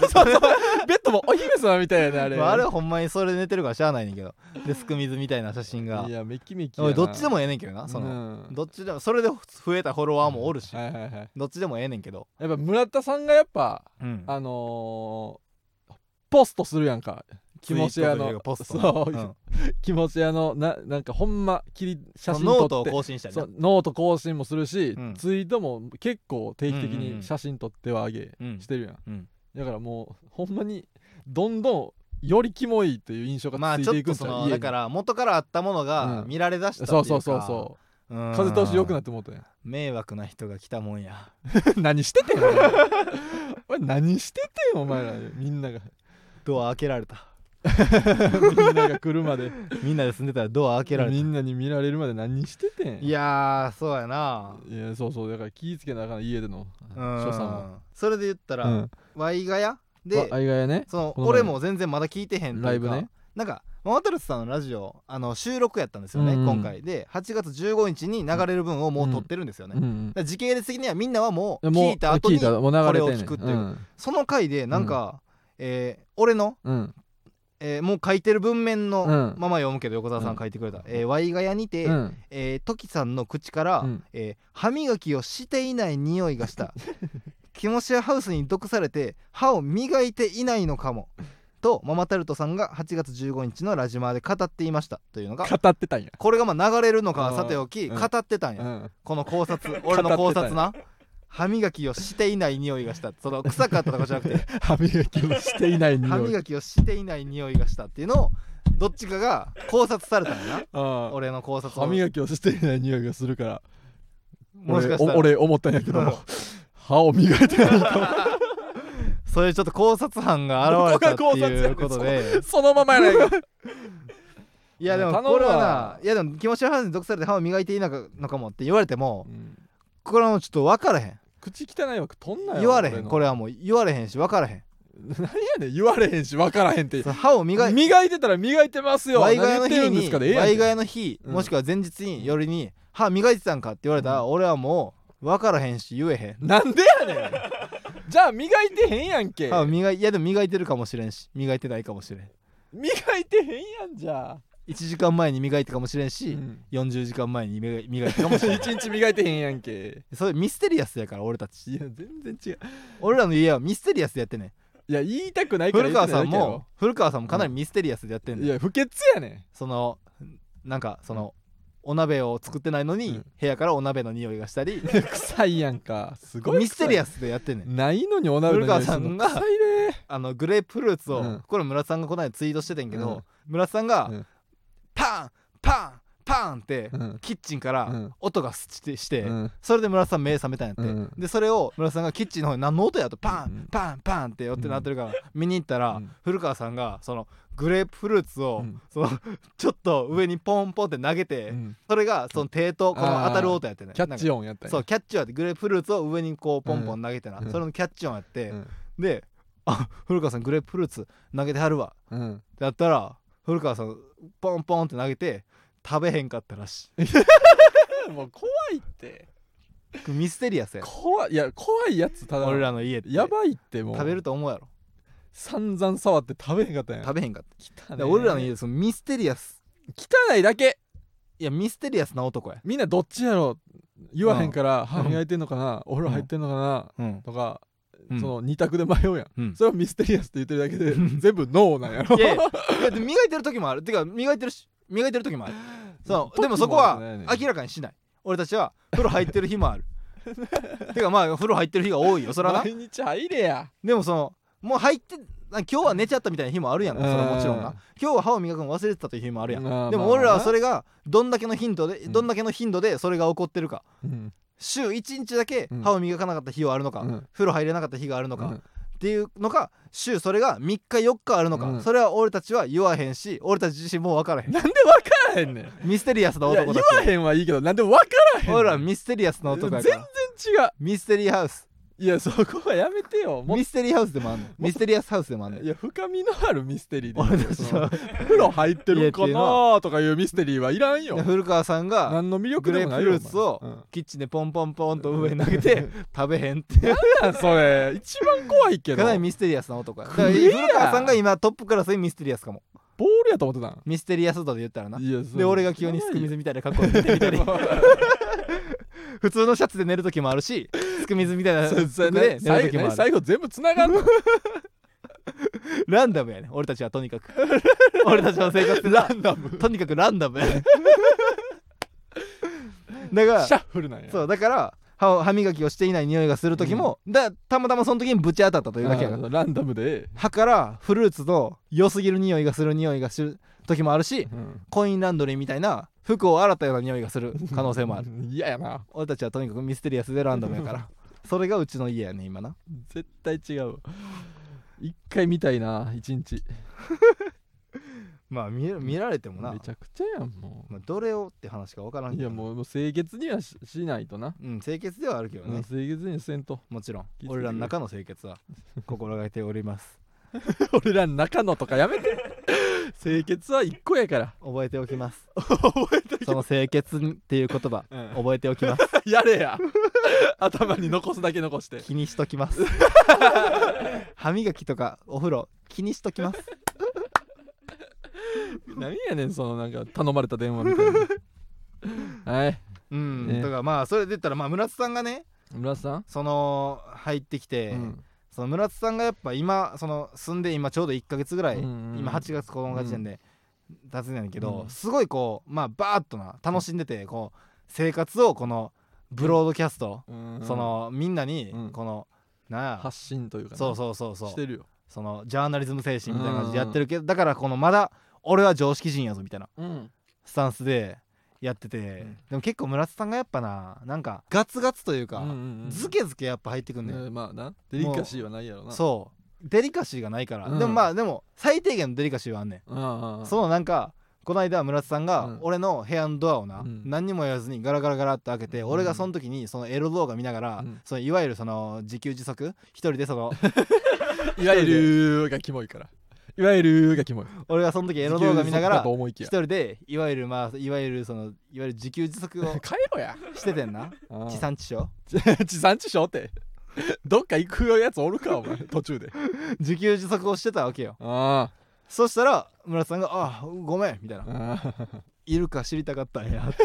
Speaker 2: ベッドもお姫様みたいやなあれ、
Speaker 1: <laughs> まああれはほんまにそれで寝てるからしゃあないねんけどデスク水みたいな写真が
Speaker 2: いやめきめきや
Speaker 1: お
Speaker 2: ない
Speaker 1: どっちでもええねんけどなその、
Speaker 2: うん
Speaker 1: どっちでもそれで増えたフォロワーもおるし、
Speaker 2: はいはいはい
Speaker 1: どっちでもええねんけど、
Speaker 2: やっぱ村田さんがやっぱ
Speaker 1: うん
Speaker 2: あのーポストするやんか気持ち屋
Speaker 1: ツイート
Speaker 2: の
Speaker 1: というかポストな
Speaker 2: そう、
Speaker 1: うん
Speaker 2: 気持ち屋のななんかほんま切り写真
Speaker 1: ノ
Speaker 2: 撮
Speaker 1: ート
Speaker 2: っ
Speaker 1: を
Speaker 2: て
Speaker 1: 更新したり
Speaker 2: そ
Speaker 1: な
Speaker 2: うノート更新もするし、
Speaker 1: うん
Speaker 2: ツイートも結構定期的
Speaker 1: うんうんうん
Speaker 2: に写真撮ってはあげ
Speaker 1: うん
Speaker 2: してるやん、
Speaker 1: うん
Speaker 2: だからもうほんまにどんどんよりキモいという印象が
Speaker 1: まあ
Speaker 2: つ
Speaker 1: ち
Speaker 2: い
Speaker 1: ょ
Speaker 2: て
Speaker 1: っ
Speaker 2: いく
Speaker 1: と
Speaker 2: んち
Speaker 1: そ
Speaker 2: ゃう
Speaker 1: の
Speaker 2: 家
Speaker 1: だ
Speaker 2: に
Speaker 1: から元からあったものが
Speaker 2: うん
Speaker 1: 見られだしたってい
Speaker 2: そうう
Speaker 1: か
Speaker 2: そうそうそう
Speaker 1: うん
Speaker 2: 風通し良くなって思ったや
Speaker 1: <laughs>
Speaker 2: ん
Speaker 1: 迷惑な人が来たもんや
Speaker 2: 何しててんお前お前何しててんお前らみ
Speaker 1: <laughs>
Speaker 2: んなが
Speaker 1: ドア開けられた
Speaker 2: みんなが来るまで
Speaker 1: みんなで住んでたらドア開けられ
Speaker 2: み
Speaker 1: た
Speaker 2: んなに見られるまで何しててん
Speaker 1: いやーそうやない
Speaker 2: やそうそうだから気ぃつけなあかん家での
Speaker 1: うん
Speaker 2: 所作も
Speaker 1: それで言ったら、
Speaker 2: うん
Speaker 1: ワイガヤ
Speaker 2: わ
Speaker 1: で
Speaker 2: あいがやね
Speaker 1: その
Speaker 2: この前
Speaker 1: 俺も全然まだ聞いてへんというか
Speaker 2: ライブね
Speaker 1: なんかマタルスさんのラジオあの収録やったんですよね、
Speaker 2: うんうん
Speaker 1: 今回で8月15日に流れる分をもう撮ってるんですよね、
Speaker 2: うん
Speaker 1: だ
Speaker 2: う
Speaker 1: か
Speaker 2: ん
Speaker 1: ら時系列的にはみんなはもう
Speaker 2: もう
Speaker 1: 聞いた後に
Speaker 2: 聞いたもう流れてんねん
Speaker 1: これを聞くっていうその回でなんか、えー俺の、
Speaker 2: うんうん
Speaker 1: えーもう書いてる文面の
Speaker 2: うん
Speaker 1: まま読むけど横澤さん書いてくれた「えーワイガヤにて、
Speaker 2: うん
Speaker 1: えートキさんの口から、
Speaker 2: うん
Speaker 1: えー歯磨きをしていない匂いがした
Speaker 2: <laughs>
Speaker 1: キモシアハウスに毒されて歯を磨いていないのかもとママタルトさんが8月15日のラジマーで語っていましたというのが
Speaker 2: 語ってたんや
Speaker 1: これがまあ流れるのかは
Speaker 2: うん
Speaker 1: さておき
Speaker 2: う
Speaker 1: 語
Speaker 2: ん
Speaker 1: ってたんや、
Speaker 2: うん
Speaker 1: この考察
Speaker 2: <laughs>
Speaker 1: 俺の
Speaker 2: 語
Speaker 1: 考
Speaker 2: ってたん
Speaker 1: 察
Speaker 2: や
Speaker 1: な歯磨きをしていない匂いがしたその臭かったとかじゃなくて
Speaker 2: 歯磨きをしていない
Speaker 1: 歯
Speaker 2: <laughs> 匂い
Speaker 1: 磨きをしていない匂いがしたっていうのをどっちかが考察されたんやな
Speaker 2: ああ
Speaker 1: 俺の考察
Speaker 2: 歯
Speaker 1: を
Speaker 2: 磨きをしていない匂いがするから
Speaker 1: もし
Speaker 2: 俺
Speaker 1: かしたら
Speaker 2: お俺思ったんやけど
Speaker 1: うん
Speaker 2: も歯を磨いてない
Speaker 1: そういうちょっと考察班が現れたっていうこと
Speaker 2: どこが考察や
Speaker 1: で
Speaker 2: そのままやないか
Speaker 1: いやでも
Speaker 2: 頼む
Speaker 1: こ
Speaker 2: わ
Speaker 1: れはないやでも気持ち悪い話に毒されて歯を磨いていないのかもって言われてもこれはもうちょっと分からへん
Speaker 2: 口汚い枠取んなよ
Speaker 1: 言われへんこ
Speaker 2: れ
Speaker 1: れはもう言われへんし分からへん
Speaker 2: 何やねん言われへんし分からへんって
Speaker 1: そう歯を磨い
Speaker 2: 磨いてたら磨いてますよ
Speaker 1: ワ
Speaker 2: 何
Speaker 1: イガヤ
Speaker 2: 言
Speaker 1: の
Speaker 2: ってる
Speaker 1: 日
Speaker 2: んです
Speaker 1: に
Speaker 2: かでええや
Speaker 1: ワイガヤ
Speaker 2: んけ
Speaker 1: の日
Speaker 2: うん
Speaker 1: もしくは前日に夜に歯磨いてたんかって言われたら俺はもう分からへんし言えへ
Speaker 2: なんでやねんじゃあ磨いてへんやんけ
Speaker 1: ん歯を磨いいやでも磨いてるかもしれんし磨いてないかもしれん
Speaker 2: 磨いてへんやんじゃあ、
Speaker 1: <laughs> 1時間前に磨いてかもしれんし40時間前に磨い磨いてかもしれん <laughs>
Speaker 2: 一日磨いてへんやんけ
Speaker 1: それミステリアスやから俺た
Speaker 2: い
Speaker 1: ち
Speaker 2: や全然違う
Speaker 1: 俺らの家はミステリアスでやってんねん
Speaker 2: いや言いたくないから
Speaker 1: 古
Speaker 2: 言
Speaker 1: 川
Speaker 2: ってな
Speaker 1: さ
Speaker 2: い
Speaker 1: ん
Speaker 2: だけやろ
Speaker 1: も古川さんもかなりミステリアスでやってんの、
Speaker 2: いや不潔やね
Speaker 1: そのなんかその、お鍋を作ってないのに、
Speaker 2: うん
Speaker 1: 部屋からお鍋の匂いがしたり
Speaker 2: 臭いやんかすごい
Speaker 1: ミステリ
Speaker 2: ア
Speaker 1: アスでやってんねん
Speaker 2: ないのにお鍋
Speaker 1: 古
Speaker 2: の匂
Speaker 1: 川
Speaker 2: いす
Speaker 1: さ
Speaker 2: る
Speaker 1: ん
Speaker 2: の
Speaker 1: が
Speaker 2: 臭いね
Speaker 1: あのグレープフルーツを、
Speaker 2: うん
Speaker 1: これ村さんがこの間ツイートしててんけど、
Speaker 2: うん
Speaker 1: 村さんが、
Speaker 2: うん
Speaker 1: パンパンパンって、
Speaker 2: うん
Speaker 1: キッチンから
Speaker 2: うん
Speaker 1: 音がしてして、
Speaker 2: うん
Speaker 1: それで村さん目覚めたんやって、
Speaker 2: うん
Speaker 1: でそれを村さんがキッチンの方に何の音やとパ
Speaker 2: うん
Speaker 1: ンパンパンってよってなってるから見に行ったら、
Speaker 2: うん
Speaker 1: 古川さんがそのグレープフルーツを、
Speaker 2: うん
Speaker 1: そのちょっと上にポンポンって投げて、
Speaker 2: うん
Speaker 1: それがその手とこの
Speaker 2: あー
Speaker 1: 当たる音やってね
Speaker 2: キャッチ
Speaker 1: 音
Speaker 2: 音やったんや
Speaker 1: そうキャッチ音やってグレープフルーツを上にこうポンポン投げてな、
Speaker 2: うん
Speaker 1: それのキャッチ音やって、
Speaker 2: うん
Speaker 1: で「あ古川さんグレープフルーツ投げてはるわ」
Speaker 2: うん
Speaker 1: ってやったら古川さんポンポンって投げて食べへんかったらし
Speaker 2: もう怖いって
Speaker 1: いミステリアスや
Speaker 2: 怖いいや怖いやつただ
Speaker 1: 俺らの家で
Speaker 2: やばいってもう
Speaker 1: 食べると思うやろ
Speaker 2: 散々触って食べへんかったんや
Speaker 1: 食べへんかっただか
Speaker 2: 汚いね
Speaker 1: ら俺らの家でそのミステリアス
Speaker 2: 汚いだけ
Speaker 1: いやミステリアスな男や
Speaker 2: みんなどっちやろ言わへんから歯
Speaker 1: うん
Speaker 2: 磨いてんのかなお風呂入ってんのかな
Speaker 1: うん、
Speaker 2: とか
Speaker 1: うん
Speaker 2: その二択で迷うやん
Speaker 1: うん
Speaker 2: それをミステリアスって言ってるだけで全部ノーなんやろ
Speaker 1: いやいやいやでも磨いてる時もあるてか磨いてるし磨いてる時もあるそう
Speaker 2: 時もある
Speaker 1: でもそこは
Speaker 2: じゃないね
Speaker 1: 明らかにしない俺たちは風呂入ってる日もあるてかまあ風呂入ってる日が多いよそらな
Speaker 2: 毎日入れや
Speaker 1: でもそのもう入ってな今日は寝ちゃったみたいな日もあるやんかそれはもちろん
Speaker 2: うん
Speaker 1: な今日は歯を磨くの忘れてたという日もあるやん
Speaker 2: まあ
Speaker 1: でも俺らはそ
Speaker 2: れ
Speaker 1: れがどんだけの頻度で
Speaker 2: ん
Speaker 1: どんだけの頻度でそれが起こってるか週1日だけ
Speaker 2: うん
Speaker 1: 歯を磨かなかった日はあるのか、
Speaker 2: うん
Speaker 1: 風呂入れなかった日があるのか、
Speaker 2: う
Speaker 1: っ
Speaker 2: ん
Speaker 1: ていうのか週それが3日4日あるのか、
Speaker 2: うん
Speaker 1: それは俺たちは言わへんし俺たち自身も分からへ
Speaker 2: <laughs>
Speaker 1: ん
Speaker 2: なんで分からへんねんい
Speaker 1: ミステリアスな
Speaker 2: や
Speaker 1: 男
Speaker 2: 言
Speaker 1: た
Speaker 2: わ
Speaker 1: ち
Speaker 2: へんはいいけどなんで分からへんねん
Speaker 1: 俺らはミステリアスな男やから
Speaker 2: 全然違う
Speaker 1: ミステリーハウス
Speaker 2: いやそこはやめてよもっ
Speaker 1: ミステリーハウスでもあんのミステリアスハウスでもあんの
Speaker 2: いや深みのあるミステリー
Speaker 1: 俺た
Speaker 2: で
Speaker 1: ち
Speaker 2: その
Speaker 1: は
Speaker 2: 風呂入ってるんかなとかいうミステリーはいらんよ
Speaker 1: 古川さんが
Speaker 2: 何の魅力
Speaker 1: グレ
Speaker 2: で
Speaker 1: ー
Speaker 2: も
Speaker 1: プ
Speaker 2: ない
Speaker 1: フ
Speaker 2: よ
Speaker 1: ルーツを
Speaker 2: お前うん
Speaker 1: キッチンでポンポンポンと上に投げて食べへんっていう
Speaker 2: なんそれ一番怖いけど
Speaker 1: か
Speaker 2: ボ
Speaker 1: な
Speaker 2: ー
Speaker 1: り
Speaker 2: ル
Speaker 1: ミステリアスな男やだ
Speaker 2: 食
Speaker 1: から
Speaker 2: え
Speaker 1: 古
Speaker 2: や
Speaker 1: 川さんが今トップクラスにミステリアスかも
Speaker 2: やと思ってたん
Speaker 1: ミステリアス度で言ったらない
Speaker 2: やそ
Speaker 1: で
Speaker 2: う
Speaker 1: 俺が急にすく水みたいな格好で出て <laughs> きたり
Speaker 2: やばい
Speaker 1: 普通のシャツで寝る時もあるしすく水みたいな
Speaker 2: そうそう
Speaker 1: 服で寝る
Speaker 2: 最
Speaker 1: 時も
Speaker 2: 後
Speaker 1: ある
Speaker 2: 最後全部つながん
Speaker 1: <laughs>
Speaker 2: の
Speaker 1: ランダムやね俺たちはとにかく <laughs> 俺たちの生活ってランダムとにかくランダムや
Speaker 2: <laughs>
Speaker 1: ねだから
Speaker 2: シャッフルなんや
Speaker 1: そううだから歯を歯磨きをしていない匂いがする時も、だたまたまその時にぶち当たったというだけやから
Speaker 2: ランダムで、
Speaker 1: 歯からフルーツの良すぎる匂いがする匂いがする時もあるし
Speaker 2: うん、
Speaker 1: コインランドリーみたいな服を洗ったような匂いがする可能性もある
Speaker 2: 嫌やな
Speaker 1: 俺たちはとにかくミステリアスでランダムやからそれがうちの家やね今な
Speaker 2: 絶対違うわ一回見たいな一日
Speaker 1: まあ見る見られてもな
Speaker 2: め、ちゃくちゃやんも
Speaker 1: まあ、どれをって話か分からんけ
Speaker 2: うい
Speaker 1: ど
Speaker 2: やもうもう清潔にはししないとな、
Speaker 1: うん清潔ではあるけど
Speaker 2: うん
Speaker 1: ね、
Speaker 2: 清潔にせんと
Speaker 1: もちろん
Speaker 2: 気をつけてくれ
Speaker 1: 俺らの中の清潔
Speaker 2: <laughs>
Speaker 1: は心がけております
Speaker 2: 俺らの中のとかやめて清潔は一個
Speaker 1: <laughs>
Speaker 2: やから
Speaker 1: 覚えておき
Speaker 2: <laughs>
Speaker 1: ます覚えてその清潔っていう言葉
Speaker 2: うん
Speaker 1: 覚えておきます
Speaker 2: <laughs> やれや頭に残すだけ残して
Speaker 1: 気にしときます
Speaker 2: <laughs>
Speaker 1: 歯磨きとかお風呂気にしときます
Speaker 2: 何やねんそのなんか頼まれた電話みたい
Speaker 1: <laughs>
Speaker 2: なはい
Speaker 1: うん、
Speaker 2: ね
Speaker 1: とかまあそれで言ったらまあ村津さんがね
Speaker 2: 村瀬さん、
Speaker 1: その入ってきて、
Speaker 2: うん
Speaker 1: その村津さんがやっぱ今その住んで今ちょうど1ヶ月ぐらい、
Speaker 2: うんうんうん
Speaker 1: 今8月9日時点で経つんやねんけど、
Speaker 2: うん
Speaker 1: すごいこうまあバーッとな楽しんでてこう生活をこのブロードキャスト、
Speaker 2: うん
Speaker 1: そのみんなに
Speaker 2: うん
Speaker 1: この、なんや
Speaker 2: 発信というかな
Speaker 1: そうそうそうそう
Speaker 2: してるよ、
Speaker 1: そのジャーナリズム精神みたいな感じでやってるけど、だからこのまだ俺は常識人やぞみたいな
Speaker 2: うん、
Speaker 1: スタンスでやってて、
Speaker 2: ん
Speaker 1: でも結構村津さんがやっぱななんかガツガツというか、ズ
Speaker 2: ず
Speaker 1: ケズケやっぱ入ってくんねん、
Speaker 2: まあなデリカシーはないやろな
Speaker 1: そうデリカシーがないから、
Speaker 2: うん
Speaker 1: でもまあでも最低限のデリカシーはあんねん、
Speaker 2: うん
Speaker 1: そのなんかこの間村津さん
Speaker 2: う
Speaker 1: が
Speaker 2: ん
Speaker 1: 俺の部屋のドアをな、
Speaker 2: うん
Speaker 1: 何にも言わずにガラガラガラって開けて、
Speaker 2: うん
Speaker 1: 俺がその時にそのエロ動画見ながら、
Speaker 2: うん
Speaker 1: そのいわゆるその自給自足一人でその <laughs>
Speaker 2: <laughs> いわゆるがキモいからいわゆるがキモい
Speaker 1: 俺がその時エロ動画見なが
Speaker 2: 自給自足だ
Speaker 1: ら
Speaker 2: と思い
Speaker 1: 一
Speaker 2: きや
Speaker 1: 人でいわゆるまあいわゆるそのいわゆる自給自足
Speaker 2: <laughs>
Speaker 1: を
Speaker 2: 帰ろや
Speaker 1: しててんな地産地消
Speaker 2: <laughs> 地産地消ってどっか行くやつおるかお前途中で
Speaker 1: 自給自足をしてたわけよ
Speaker 2: あ
Speaker 1: そしたら村津さんが「あごめん」みたいな
Speaker 2: あ
Speaker 1: 「いるか知りたかったんや」って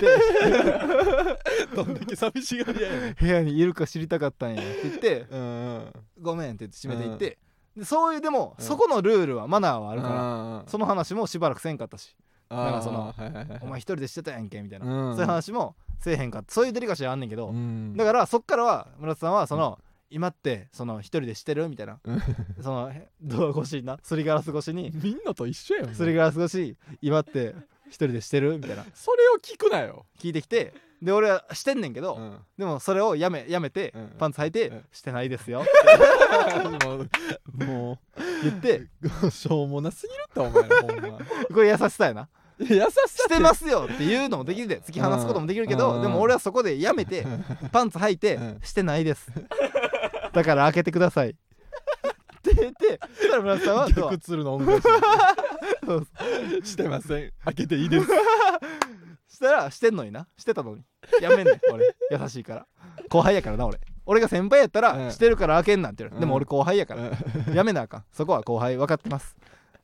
Speaker 1: <laughs>
Speaker 2: どんだけ寂しがりやねん
Speaker 1: 部屋にいるか知りたかったんやって言って
Speaker 2: うん
Speaker 1: 「ごめん」って言って閉めていって、でそういうでも、そこのルールはマナーはあるから、
Speaker 2: ら
Speaker 1: その話もしばらくせんかったしなんかその
Speaker 2: あーはいはいはい
Speaker 1: お前一人でしてたやんけみたいな、
Speaker 2: うん
Speaker 1: そういう話もせえへんかったそういうデリカシーはあんねんけど、
Speaker 2: うん
Speaker 1: だからそっからは村田さんはその、今ってその一人でしてるみたいな、
Speaker 2: うん
Speaker 1: <laughs> そのドア越しになすりガラス越しに
Speaker 2: みんなと一緒やん
Speaker 1: すりガラス越し今って一人でしてるみたいな
Speaker 2: それを聞くなよ、
Speaker 1: 聞いてきてで俺はしてんねんけど、
Speaker 2: うん
Speaker 1: でもそれをやめやめて、
Speaker 2: うん
Speaker 1: パンツ履いて、
Speaker 2: うん
Speaker 1: してないですよって <laughs>
Speaker 2: も
Speaker 1: 言って
Speaker 2: うしょうもなすぎるってお前らほ <laughs> んま
Speaker 1: これ優しさやな
Speaker 2: 優しさ
Speaker 1: してますよっていうのもできるで突き放すこともできるけど、
Speaker 2: うん
Speaker 1: でも俺はそこでやめ
Speaker 2: <laughs>
Speaker 1: て、パンツ履いて、
Speaker 2: うん
Speaker 1: してないですだから開けてくださいって言ってそしたら村田さんはドア
Speaker 2: 逆鶴の恩返し
Speaker 1: そう
Speaker 2: してません開けていいです
Speaker 1: <laughs> したらしてんのになしてたのにやめんねん俺優しいから後輩やからな俺俺が先輩やったら、
Speaker 2: うん
Speaker 1: してるから開けんなんて言う
Speaker 2: うん
Speaker 1: でも俺後輩やから、
Speaker 2: う
Speaker 1: やめなあかんそこは後輩分かってます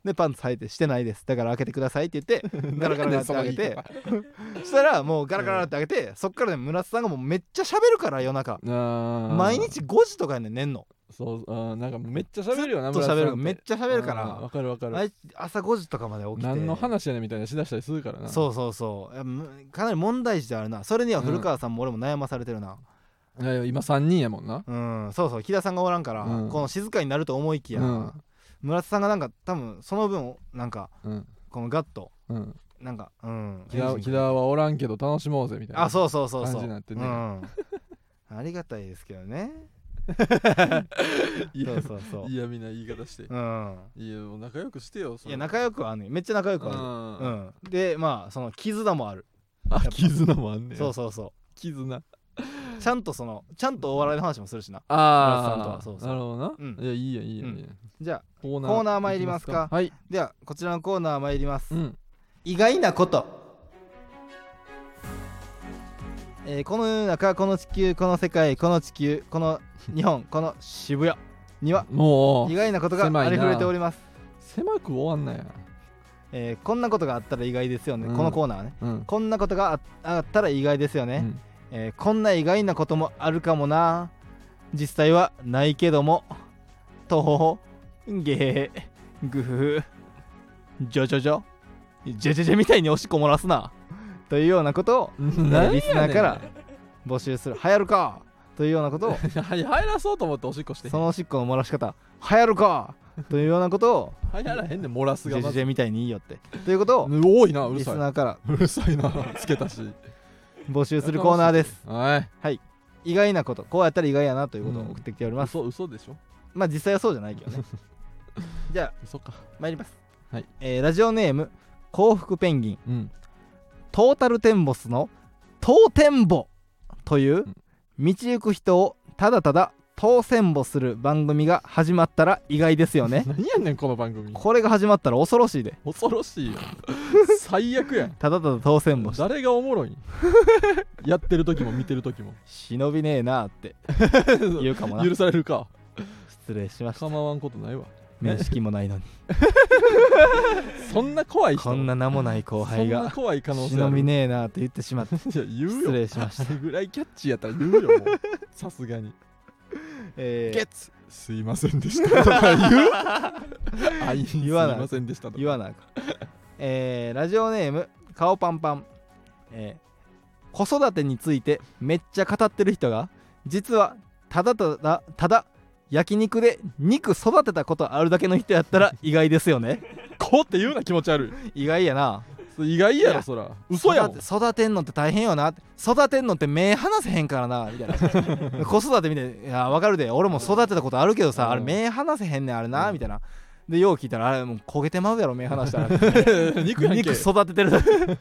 Speaker 1: でパンツ履いてしてないですだから開けてくださいって言って
Speaker 2: ん
Speaker 1: ガラガラガラって開けてしたらもうガラガラって開けてそっからね村田さんがもうめっちゃ喋るから夜中毎
Speaker 2: 毎
Speaker 1: 日5時とかやねん寝んの
Speaker 2: そうあーなんかめっちゃ喋るよな
Speaker 1: ずっと喋るめっ
Speaker 2: ち
Speaker 1: ちゃ喋るか
Speaker 2: わ
Speaker 1: ら
Speaker 2: かるわか
Speaker 1: あ
Speaker 2: る
Speaker 1: いつ朝5時とかまで起きて
Speaker 2: 何の話やねんみたいなしだしたりするからな
Speaker 1: そうそうそういやむかなり問題児であるなそれには古川さんも俺も悩まされてるな
Speaker 2: ういやいや今3人やもんな
Speaker 1: うん、そうそう木田さんがおらんから、
Speaker 2: うん
Speaker 1: この静かになると思いきや、
Speaker 2: うん
Speaker 1: 村田さんがなんか多分その分なんか
Speaker 2: うん
Speaker 1: このガッと
Speaker 2: うん
Speaker 1: なんかうん
Speaker 2: 木田
Speaker 1: エンジ
Speaker 2: 木
Speaker 1: ン
Speaker 2: 田はおらんけど楽しもうぜみたいな
Speaker 1: あそうそうそうそ
Speaker 2: 感
Speaker 1: う、
Speaker 2: じになって
Speaker 1: う
Speaker 2: ね
Speaker 1: ん、ありがたいですけどね
Speaker 2: い
Speaker 1: そ
Speaker 2: や
Speaker 1: うそうそう
Speaker 2: 嫌味な言い方して
Speaker 1: うん
Speaker 2: いやもう仲良くしてよそ
Speaker 1: い
Speaker 2: れ
Speaker 1: や仲良くはあんねんめっちゃ仲良くはあるう
Speaker 2: あ
Speaker 1: ん、でまあその絆もある
Speaker 2: あ絆もあんね
Speaker 1: そう
Speaker 2: そ
Speaker 1: そうそう
Speaker 2: 絆
Speaker 1: うちゃんとそのちゃんとお笑いの話もするしな村瀬さんと
Speaker 2: あ
Speaker 1: は
Speaker 2: あ
Speaker 1: そうそう
Speaker 2: なるほど
Speaker 1: うん
Speaker 2: ないやいいやんいいやん
Speaker 1: うん
Speaker 2: いいやん
Speaker 1: じゃあ
Speaker 2: コー
Speaker 1: コーナー参りますか
Speaker 2: いはい
Speaker 1: ではこちらのコーナー参ります、
Speaker 2: うん
Speaker 1: 意外なこと、えーこの世の中この地球この世界この地球この日本この渋谷には
Speaker 2: も
Speaker 1: 意
Speaker 2: う
Speaker 1: 外なことが
Speaker 2: 狭いな
Speaker 1: ありふれております、
Speaker 2: 狭く終わんなや
Speaker 1: えーこんなことがあったら意外ですよね、
Speaker 2: うん
Speaker 1: このコーナーはね
Speaker 2: うん
Speaker 1: こんなことがああったら意外ですよね、
Speaker 2: うん
Speaker 1: えーこんな意外なこともあるかもな実際はないけどもとほほげーぐふふじょじょじょじゃじゃじゃみたいにおしっこ漏らすなというようなことを
Speaker 2: なんやねん
Speaker 1: リスナーから募集する流行るかというようなことを
Speaker 2: <laughs> はい入らそうと思っておしっこして
Speaker 1: そのおしっこの漏らし方流行るかというようなことを
Speaker 2: 入らへんねん漏らす
Speaker 1: じ
Speaker 2: が
Speaker 1: ゃ
Speaker 2: ま
Speaker 1: じ
Speaker 2: ず
Speaker 1: ゃみたいにいいよってということを
Speaker 2: 多いなうる
Speaker 1: リス
Speaker 2: さ
Speaker 1: ナーから
Speaker 2: <laughs> いうるさいなつけたし
Speaker 1: 募集するコーナーです
Speaker 2: はい
Speaker 1: 意外なことこうやったら意外やなということを送ってきております、
Speaker 2: 嘘嘘でしょ
Speaker 1: まあ実際はそうじゃないけどねじゃあ
Speaker 2: 嘘か
Speaker 1: 参ります、
Speaker 2: はい
Speaker 1: えーラジオネーム幸福ペンギン
Speaker 2: うん
Speaker 1: トータルテンボスの「トーテンボ」という道行く人をただただ当選ぼする番組が始まったら意外ですよね
Speaker 2: <laughs> 何やねんこの番組
Speaker 1: これが始まったら恐ろしいで
Speaker 2: 恐ろし
Speaker 1: <laughs>
Speaker 2: いよ最悪やん
Speaker 1: ただただ当選ぼし
Speaker 2: 誰がおもろい
Speaker 1: <laughs>
Speaker 2: んやってる時も見てる時も
Speaker 1: 忍びねえなあ
Speaker 2: <laughs>
Speaker 1: って言うかもな
Speaker 2: 許されるか
Speaker 1: 失礼しました
Speaker 2: 構わんことないわ
Speaker 1: 面識もないのに
Speaker 2: そんな怖い人
Speaker 1: こんな名もない後輩
Speaker 2: そんな
Speaker 1: が
Speaker 2: 怖い可能性あ
Speaker 1: 忍
Speaker 2: る
Speaker 1: びねえなあって言ってしまって
Speaker 2: いや言う
Speaker 1: 失
Speaker 2: よ
Speaker 1: 礼しま
Speaker 2: <laughs>
Speaker 1: した
Speaker 2: あれぐらいキャッチーやったら言うよ
Speaker 1: <laughs>
Speaker 2: もうさすがに
Speaker 1: えー
Speaker 2: ゲッツすいませんでしたとか
Speaker 1: <laughs>
Speaker 2: 言うあい
Speaker 1: 言わない
Speaker 2: すいませんでしたとか
Speaker 1: 言わなあかん <laughs> えーラジオネーム顔パンパン、えー子育てについてめっちゃ語ってる人が実はただただただ焼肉で肉育てたことあるだけの人やった
Speaker 2: <laughs>
Speaker 1: ら意外ですよね
Speaker 2: こうって言うな気持ち悪い
Speaker 1: 意外やな
Speaker 2: それ意外や
Speaker 1: いや
Speaker 2: ろそら嘘
Speaker 1: <laughs>
Speaker 2: やもん
Speaker 1: 育て育てんのって大変よな育てんのって目離せへんからなみたい
Speaker 2: <laughs>
Speaker 1: な子育て見ていや分かるで俺も育てたことあるけどさあれ目離せへんねんあれな
Speaker 2: うん
Speaker 1: みたいなでよう聞いたらあれもう焦げてまうやろ目離したら
Speaker 2: 肉やんけ
Speaker 1: 肉育ててる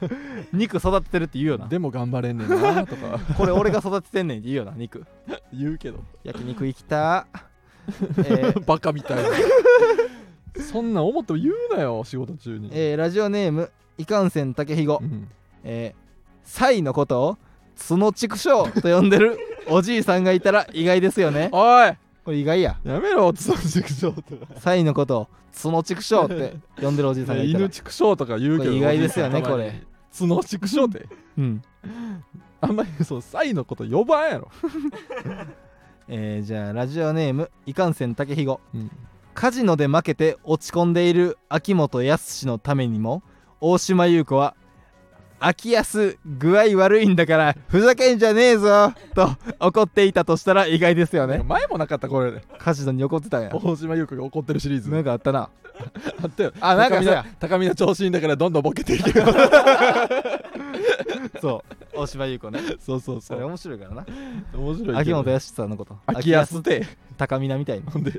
Speaker 1: <laughs> 肉育ててるって言うよな
Speaker 2: でも頑張れんねんなとか
Speaker 1: これ俺が育ててんねんって言うよな肉
Speaker 2: 言うけど
Speaker 1: 焼肉行き <laughs> たえー
Speaker 2: <laughs> バカみたいなそんなん思っても言うなよ仕事中に
Speaker 1: えーラジオネームいかんせんたけひご
Speaker 2: うん
Speaker 1: えーサイのことを角畜生と呼んで <laughs> るおじいさんがいたら意外ですよね
Speaker 2: おい
Speaker 1: これ意外や
Speaker 2: やめろつの畜生
Speaker 1: <laughs>
Speaker 2: とか
Speaker 1: サイのことを角畜生って呼んでるおじいさん <laughs> がいたら
Speaker 2: 犬畜生とか言うけ
Speaker 1: こ
Speaker 2: ど
Speaker 1: れ意外ですよね
Speaker 2: おじいさんたまに
Speaker 1: こ
Speaker 2: 角畜生って
Speaker 1: うん
Speaker 2: あんまりそうサイのこと呼ばんやろ、
Speaker 1: えーじゃあラジオネームいかんせんたけひご
Speaker 2: うん、
Speaker 1: カジノで負けて落ち込んでいる秋元康のためにも大島優子は秋安具合悪いんだからふざけんじゃねえぞと怒っていたとしたら意外ですよ
Speaker 2: なんか
Speaker 1: ね
Speaker 2: 前もなかったこれ
Speaker 1: 梶田に怒ってたんや
Speaker 2: 大島優子が怒ってるシリーズ
Speaker 1: なんかあったな
Speaker 2: あったよ
Speaker 1: あなんか
Speaker 2: 高見
Speaker 1: そうや
Speaker 2: の高見の調子いいんだからどんどんボケていけよ
Speaker 1: そう大島優子ね
Speaker 2: <laughs> そうそうそ
Speaker 1: それ
Speaker 2: う
Speaker 1: 面白いからな
Speaker 2: 面白い
Speaker 1: 秋元康さんのこと
Speaker 2: 秋安で
Speaker 1: 高見なみたいな
Speaker 2: ほんで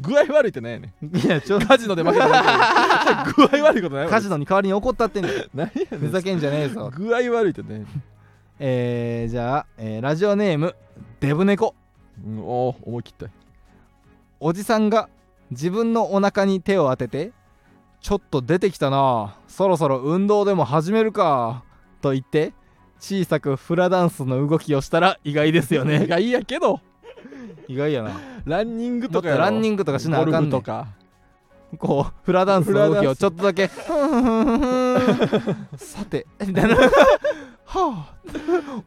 Speaker 2: 具合 <laughs> 悪いってなんやねん
Speaker 1: いやちょ
Speaker 2: カジノで負け
Speaker 1: <laughs>
Speaker 2: ただけ具合悪いことない
Speaker 1: 梶野に代わりに怒ったってんだよ
Speaker 2: 何やね
Speaker 1: ふざけんじゃねえぞ
Speaker 2: ん具合悪いってね、
Speaker 1: えー、じゃあ、えーラジオネームデブ猫
Speaker 2: うん、おー思い切った
Speaker 1: おじさんが自分のお腹に手を当てて「ちょっと出てきたなそろそろ運動でも始めるか」と言って小さくフラダンスの動きをしたら意外ですよ
Speaker 2: ね
Speaker 1: ね
Speaker 2: がいいやけど
Speaker 1: 意外やな
Speaker 2: ランニング
Speaker 1: も
Speaker 2: と
Speaker 1: っと
Speaker 2: かやろ
Speaker 1: ランニングとかしなあ
Speaker 2: ゴ
Speaker 1: か
Speaker 2: ル
Speaker 1: ん
Speaker 2: フ
Speaker 1: ね
Speaker 2: と
Speaker 1: ん
Speaker 2: か
Speaker 1: こうフラダンスの動きをちょっとだけふんふんふんふんふんさてみたいなはあ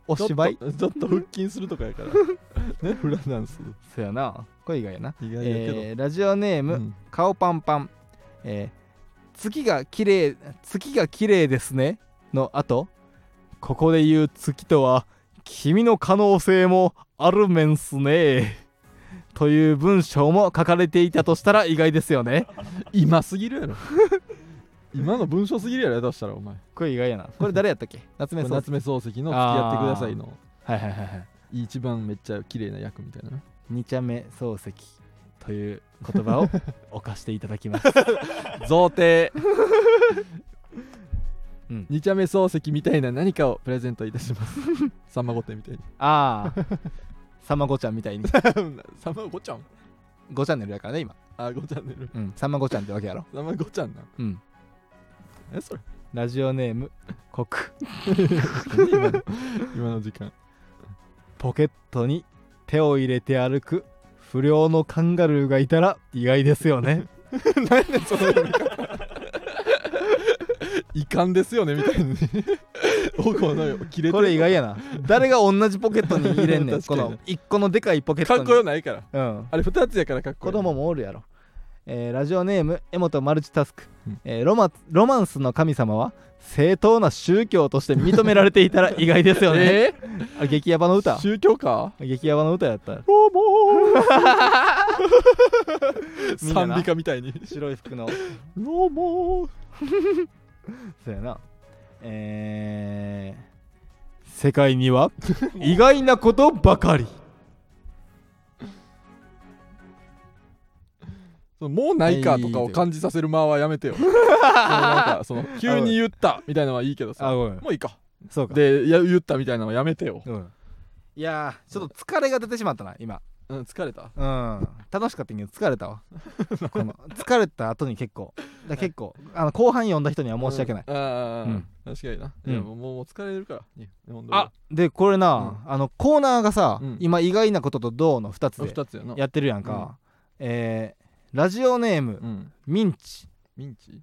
Speaker 1: お
Speaker 2: ちょっと
Speaker 1: 芝居
Speaker 2: ちょっと腹筋するとかやから
Speaker 1: <laughs>
Speaker 2: ねフラダンス
Speaker 1: そやなこれ意外やな、
Speaker 2: 意外やけど、
Speaker 1: えーラジオネーム、
Speaker 2: うん
Speaker 1: 顔パンパン、えー月が綺麗月が綺麗ですねの後ここで言う月とは君の可能性もあるめんすねという文章も書かれていたとしたら意外ですよね
Speaker 2: 今すぎるやろ今の文章すぎるやろだとしたらお前
Speaker 1: これ意外やなこれ誰やったっけ夏目漱石
Speaker 2: 夏目漱石の「付き合ってくださいの」
Speaker 1: はいはいはいはい
Speaker 2: 一番めっちゃ綺麗な役みたいな
Speaker 1: 二茶目漱石という言葉を犯していただきます
Speaker 2: 贈 <laughs> 呈
Speaker 1: うん
Speaker 2: 二茶目漱石みたいな何かをプレゼントいたします <laughs> さんま御殿みたいに
Speaker 1: ああさまごちゃんみたいに
Speaker 2: さんまごちゃん
Speaker 1: 5チャンネルやからね今
Speaker 2: あごチャンネル
Speaker 1: うんさまごちゃんってわけやろ
Speaker 2: さんまごちゃんな
Speaker 1: うん
Speaker 2: えそれ
Speaker 1: ラジオネームコク
Speaker 2: 何今 <laughs> の今の時間
Speaker 1: ポケットに手を入れて歩く不良のカンガルーがいたら意外ですよ
Speaker 2: <laughs>
Speaker 1: ね
Speaker 2: 何でその読み方遺憾ですよねみた <laughs> いに僕はなんか切れてる
Speaker 1: これ意外やな誰が同じポケットに入れんねん
Speaker 2: 確か
Speaker 1: こ
Speaker 2: に
Speaker 1: の一個のでかいポケット
Speaker 2: か
Speaker 1: に
Speaker 2: っこよないから
Speaker 1: うん、
Speaker 2: あれ二つやからかっこい
Speaker 1: 子
Speaker 2: い
Speaker 1: 供もおるやろ、えーラジオネーム江本マルチタスク、
Speaker 2: うん
Speaker 1: えーロマロマンスの神様は正当な宗教として認められていたら意外ですよね、
Speaker 2: <laughs> え
Speaker 1: あ激ヤバの歌
Speaker 2: 宗教か
Speaker 1: 激ヤバの歌やった
Speaker 2: ロモー
Speaker 1: みんな
Speaker 2: <laughs> 賛
Speaker 1: な
Speaker 2: 美歌みたいに
Speaker 1: 白い服の
Speaker 2: ロモー
Speaker 1: そうやなえー、世界に <laughs> は意外なことばかり
Speaker 2: そのもうないかとかを感じさせる間はやめてよそのなんかその急に言ったみたいなのはいいけどさ
Speaker 1: あごめん
Speaker 2: もういいか
Speaker 1: そうか
Speaker 2: でいや言ったみたいなのはやめてよ、
Speaker 1: うん、いやーちょっと疲れが出てしまったな今
Speaker 2: うん、疲れた
Speaker 1: うん楽しかったけど疲れた <laughs> わこの疲れた後に結構だから結構あの後半読んだ人には申し訳ない、
Speaker 2: うんああ、
Speaker 1: うん
Speaker 2: 確かにな、
Speaker 1: うん
Speaker 2: いやもうもう疲れるから日本で
Speaker 1: あでこれな、あのコーナーがさ、
Speaker 2: うん
Speaker 1: 今意外なこととどうの2つで
Speaker 2: 2つやな
Speaker 1: やってるやんか、えーラジオネーム、
Speaker 2: うん
Speaker 1: ミンチ
Speaker 2: ミンチ、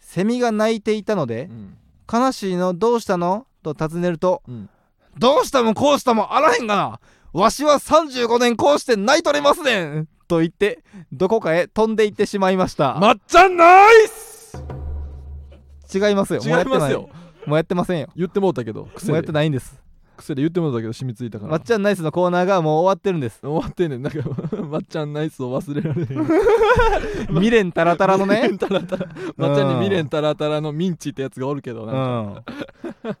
Speaker 1: セミが鳴いていたので、
Speaker 2: うん
Speaker 1: 悲しいのどうしたのと尋ねると
Speaker 2: うん、
Speaker 1: 「どうしたもこうしたもあらへんがなわしは35年こうして泣いとれますねん!」と言ってどこかへ飛んでいってしまいました、
Speaker 2: まっちゃんナイス
Speaker 1: 違いますよ
Speaker 2: 違
Speaker 1: もうや
Speaker 2: い
Speaker 1: ってな
Speaker 2: ますよ
Speaker 1: もうやってませんよ
Speaker 2: 言ってもうたけど癖
Speaker 1: もう
Speaker 2: で
Speaker 1: やってないんです
Speaker 2: 癖で言ってもうたけど染みついたから
Speaker 1: まっちゃんナイスのコーナーがもう終わってるん <laughs> です
Speaker 2: 終わってんねんなんか <laughs> まっちゃんナイスを忘れられへ
Speaker 1: <laughs>
Speaker 2: ん
Speaker 1: 未練たらたらのね
Speaker 2: タラタラまっちゃんに未練タラタラのミンチってやつがおるけど
Speaker 1: う
Speaker 2: なんか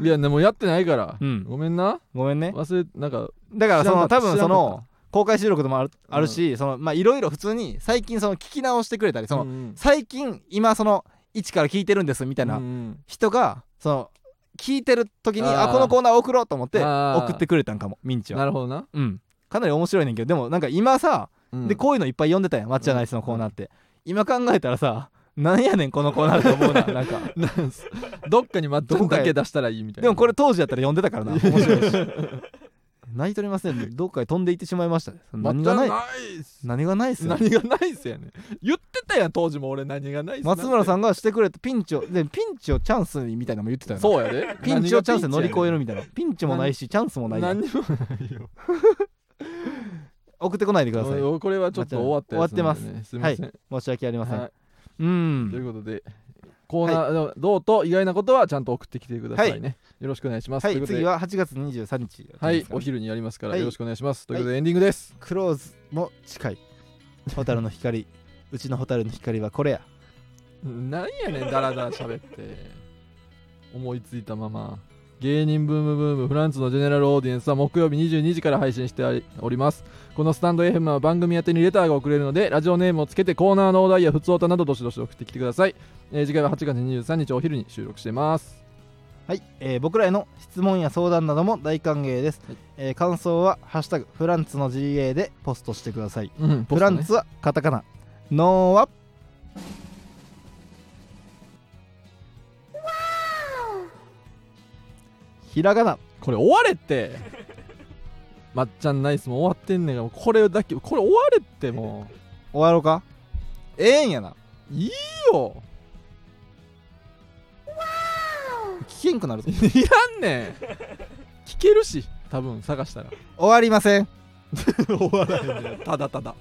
Speaker 2: いやでもやってないから、
Speaker 1: うん
Speaker 2: ごめんな
Speaker 1: ごめんね
Speaker 2: 忘れなんか
Speaker 1: だからその多
Speaker 2: 知らんかった
Speaker 1: 分そ
Speaker 2: 知らんか
Speaker 1: の公開収録でもあるあるしそのまあいろいろ普通に最近その聞き直してくれたりその
Speaker 2: み
Speaker 1: 最近今その1から聞いてるんですみたいな人がその聞いてる時にあ
Speaker 2: あー
Speaker 1: このコーナー送ろうと思って
Speaker 2: あー
Speaker 1: 送ってくれたんかもミンチ
Speaker 2: な
Speaker 1: は、
Speaker 2: るほどな、
Speaker 1: うん、かなり面白いねんけどでもなんか今さ、
Speaker 2: うん
Speaker 1: でこういうのいっぱい読んでたやんマッチャナイスのコーナーって、今考えたらさなんやねんこのコーナーって思うななん
Speaker 2: <laughs>
Speaker 1: か
Speaker 2: なんす <laughs> どっかにまっちゃんだけ出したらいいみたいな
Speaker 1: でもこれ当時やったら読んでたからな面白い
Speaker 2: <laughs>
Speaker 1: し泣いとりませんねどっかへ飛んでいってしまいましたね
Speaker 2: まっ
Speaker 1: 何
Speaker 2: ちゃ
Speaker 1: が
Speaker 2: んナ
Speaker 1: な
Speaker 2: イ
Speaker 1: い
Speaker 2: ス
Speaker 1: 何がないっすよ
Speaker 2: 何がないっすやねん言ってたやん当時も俺何がないっす
Speaker 1: 松村
Speaker 2: ん
Speaker 1: さんがしてくれたピンチをでピンチをチャンスにみたいなのも言ってたよな
Speaker 2: そうやで
Speaker 1: ピンチをチャンスで乗り越え
Speaker 2: る
Speaker 1: るみたいなピンチもないしチャンスもないやん
Speaker 2: 何にもないよ
Speaker 1: 送ってこないでください
Speaker 2: おこれはちょっと終わったやつなんでね
Speaker 1: 終わってます
Speaker 2: すみません、
Speaker 1: 申し訳ありません、
Speaker 2: はいうとい
Speaker 1: ん
Speaker 2: うことでコーナー、どうと意外なことはちゃんと送ってきてくださいね、
Speaker 1: は
Speaker 2: よろしくお願いします、
Speaker 1: は
Speaker 2: という
Speaker 1: い
Speaker 2: こと
Speaker 1: 次
Speaker 2: で
Speaker 1: は8月23日
Speaker 2: はいお昼にやりますから
Speaker 1: はい
Speaker 2: よろしくお願いします、
Speaker 1: はい
Speaker 2: ということでエンディングです
Speaker 1: クローズも近い蛍の光 <laughs> うちの蛍の光はこれや
Speaker 2: なんやねんダラダラ喋って思いついたまま芸人ブームブームフランツのジェネラルオーディエンスは木曜日22時から配信しておりますこのスタンド FM は番組宛てにレターが送れるのでラジオネームをつけてコーナーのお題や普通歌などどしどし送ってきてください、えー次回は8月23日お昼に収録してます
Speaker 1: はい、えー僕らへの質問や相談なども大歓迎です、
Speaker 2: はい
Speaker 1: えー感想は「ハッシュタグフランツの GA」でポストしてください
Speaker 2: うんポ
Speaker 1: フ
Speaker 2: ス
Speaker 1: ラ
Speaker 2: ト
Speaker 1: ン
Speaker 2: ね
Speaker 1: ツはカタカナノーはひらがな
Speaker 2: これ終われってまっちゃんナイスも終わってんねんがこれだけこれ終われっても
Speaker 1: 終わろうかええんやな
Speaker 2: ういいよ
Speaker 1: 聞けんくなるぞ
Speaker 2: いらんねん聞けるし多分探したら
Speaker 1: 終わりません
Speaker 2: 終わらへんねやただただ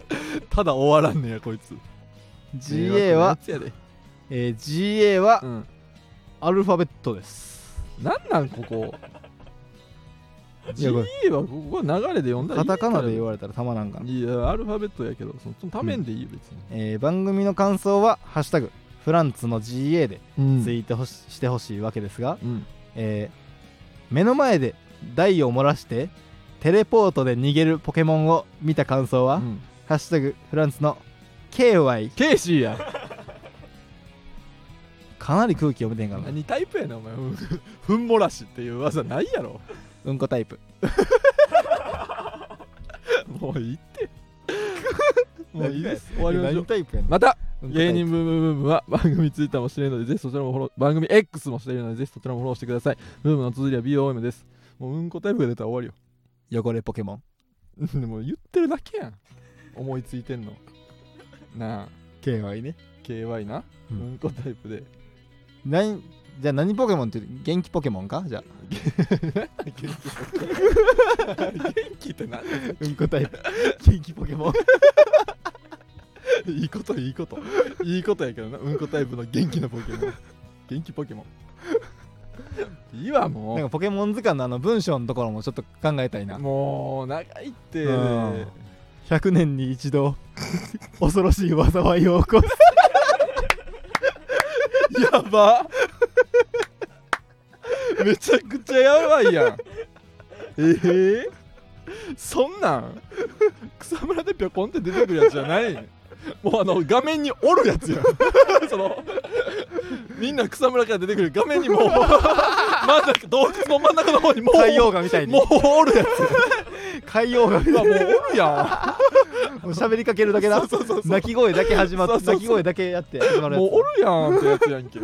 Speaker 2: ただ終わらんねやこいつ
Speaker 1: GA は、
Speaker 2: 迷惑なやつやで
Speaker 1: えー GA は
Speaker 2: うん
Speaker 1: アルファベットです
Speaker 2: なんなんここ
Speaker 1: いやこれ
Speaker 2: GA はここは流れで読んだら
Speaker 1: カ
Speaker 2: いい
Speaker 1: タカナで言
Speaker 2: わ
Speaker 1: われたらたまらんかな、
Speaker 2: いやアルファベットやけどそのそのためんでいいよ別に、
Speaker 1: えー番組の感想は「ハッシュタグフランツの GA」で
Speaker 2: うん
Speaker 1: ツイートほししてほしいわけですが、
Speaker 2: うん、
Speaker 1: えー目の前で台を漏らしてテレポートで逃げるポケモンを見た感想は「
Speaker 2: うん、
Speaker 1: ハッシュタグフランスの KY
Speaker 2: ケイシーや」
Speaker 1: かなり空気読めてんからな
Speaker 2: 何タイプやねんお前 <laughs> ふんふんもらしっていう技ないやろ
Speaker 1: うんこタイプ
Speaker 2: もういいって
Speaker 1: <laughs>
Speaker 2: もういいです終わりましょ
Speaker 1: 何
Speaker 2: う
Speaker 1: タイプやねん
Speaker 2: また
Speaker 1: うんこタイ
Speaker 2: 芸
Speaker 1: プ
Speaker 2: 人ブームブームは番組ツイッターもしているのでぜひそちらもフォロー番組 X もしているのでぜひそちらもフォローしてくださいブームの綴りは BOM ですもううんこタイプが出たら終わ
Speaker 1: 汚れポケモン
Speaker 2: りよ <laughs> でも言ってるだけやん思いついてんのなあ
Speaker 1: KY ね
Speaker 2: KY な、
Speaker 1: う
Speaker 2: う、
Speaker 1: んん
Speaker 2: こタイプで
Speaker 1: 何じゃあ何ポケモンって言う元気ポケモンかじゃあ
Speaker 2: 元気って何
Speaker 1: うんこタイプ元気ポケモン
Speaker 2: <laughs> いいこといいこといいことやけどなうんこタイプの元気なポケモン元気ポケモンいいわもう
Speaker 1: なんかポケモン図鑑のあの文章のところもちょっと考えたいな
Speaker 2: もう長いって、
Speaker 1: うん100年に一度恐ろしい災いを起
Speaker 2: <laughs>
Speaker 1: こす
Speaker 2: やばめちゃくちゃやばいやんえー、そんなん草むらでぴょこんって出てくるやつじゃないもうあの画面におるやつやんそのみんな草むらから出てくる画面にもう真ん中洞窟の真ん中の方にもう
Speaker 1: 海洋画みたいに
Speaker 2: もうおるやつ
Speaker 1: 海洋画みたい
Speaker 2: <laughs> が
Speaker 1: に
Speaker 2: もうおるや
Speaker 1: もう喋りかけるだけだ
Speaker 2: そうそうそうそう
Speaker 1: 鳴き声だけ始まって
Speaker 2: そうそうそう
Speaker 1: 鳴き声だけやって始ま
Speaker 2: ん
Speaker 1: るや
Speaker 2: もう
Speaker 1: つ
Speaker 2: おるやんってやつやんけ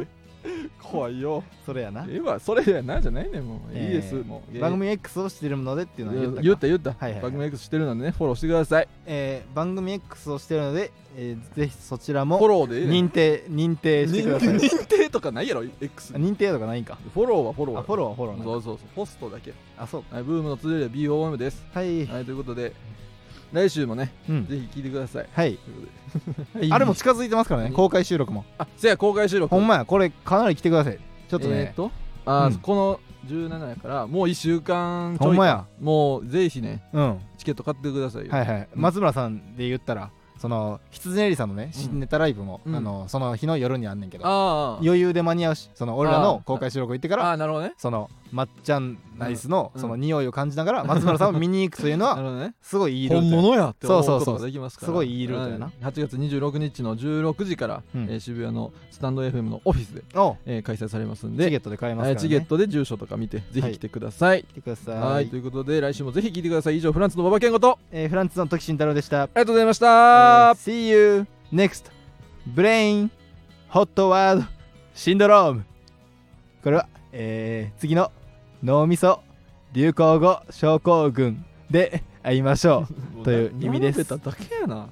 Speaker 2: 怖いよ
Speaker 1: それやな
Speaker 2: ええわそれやなじゃないねんもう、いいです
Speaker 1: えー
Speaker 2: もう
Speaker 1: 番組 X をしてるのでっていうのは言ったか
Speaker 2: 言った言った、
Speaker 1: はいはいはい
Speaker 2: 番組 X してるのでねフォローしてください
Speaker 1: えー番組 X をしてるので、えーぜひそちら
Speaker 2: フォ
Speaker 1: も
Speaker 2: ローでいいね
Speaker 1: 認定認定してください
Speaker 2: 認認定とかないやろ X
Speaker 1: あ認定とかないんか
Speaker 2: フォローはフォロー
Speaker 1: あフォローはフォローな
Speaker 2: そうそうそうホストだけ、
Speaker 1: あそうか
Speaker 2: はい、ブームの続きは BOM です
Speaker 1: はい、
Speaker 2: はいということで来週もね
Speaker 1: うん
Speaker 2: ぜひ聞いてください
Speaker 1: はい
Speaker 2: ということで
Speaker 1: あれも近づいてますからね
Speaker 2: 何
Speaker 1: 公開収録も
Speaker 2: あせや公開収録
Speaker 1: ほんまやこれかなり来てくださいちょっと
Speaker 2: えー
Speaker 1: ね
Speaker 2: っ、とあー、
Speaker 1: うん
Speaker 2: この17やからもう1週間ちょい
Speaker 1: ほんまや
Speaker 2: もうぜひね
Speaker 1: うん
Speaker 2: チケット買ってくださいよ、
Speaker 1: はいはい、
Speaker 2: うん
Speaker 1: 松村さんで言ったらその羊エリさんのね新ネタライブも、
Speaker 2: うん
Speaker 1: あのその日の夜にあんねんけど、
Speaker 2: あー
Speaker 1: 余裕で間に合うしその俺ら
Speaker 2: あー
Speaker 1: の公開収録行ってから
Speaker 2: あーなるほどね
Speaker 1: そのまっちゃんナイスの、
Speaker 2: うん
Speaker 1: その匂いを感じながら松村さんを見に行くというの
Speaker 2: なる <laughs>
Speaker 1: は
Speaker 2: ほどね
Speaker 1: すごいいいルート
Speaker 2: 本
Speaker 1: や
Speaker 2: 物やって思う
Speaker 1: そう
Speaker 2: こ
Speaker 1: そうそ
Speaker 2: と
Speaker 1: う
Speaker 2: ができますから
Speaker 1: すごいいいルートやな
Speaker 2: はい8月26日の16時から、
Speaker 1: うん
Speaker 2: えー渋谷のスタンド FM のオフィスで、
Speaker 1: お
Speaker 2: えー開催されますん
Speaker 1: チ
Speaker 2: で
Speaker 1: ゲットで買えますか
Speaker 2: は
Speaker 1: ら、
Speaker 2: い
Speaker 1: ね、
Speaker 2: チゲットで住所とか見てぜひ来てください、
Speaker 1: 来てくださ
Speaker 2: はいいということで来週もぜひ聞いてください以上フランスの馬場健吾と
Speaker 1: えーフランスの時慎太郎でした、
Speaker 2: ありがとうございました、
Speaker 1: えー See you next brain hot word シンドロームこれは、えー次の脳みそ流行語症候群で会いましょうという意味です
Speaker 2: 並べただけやな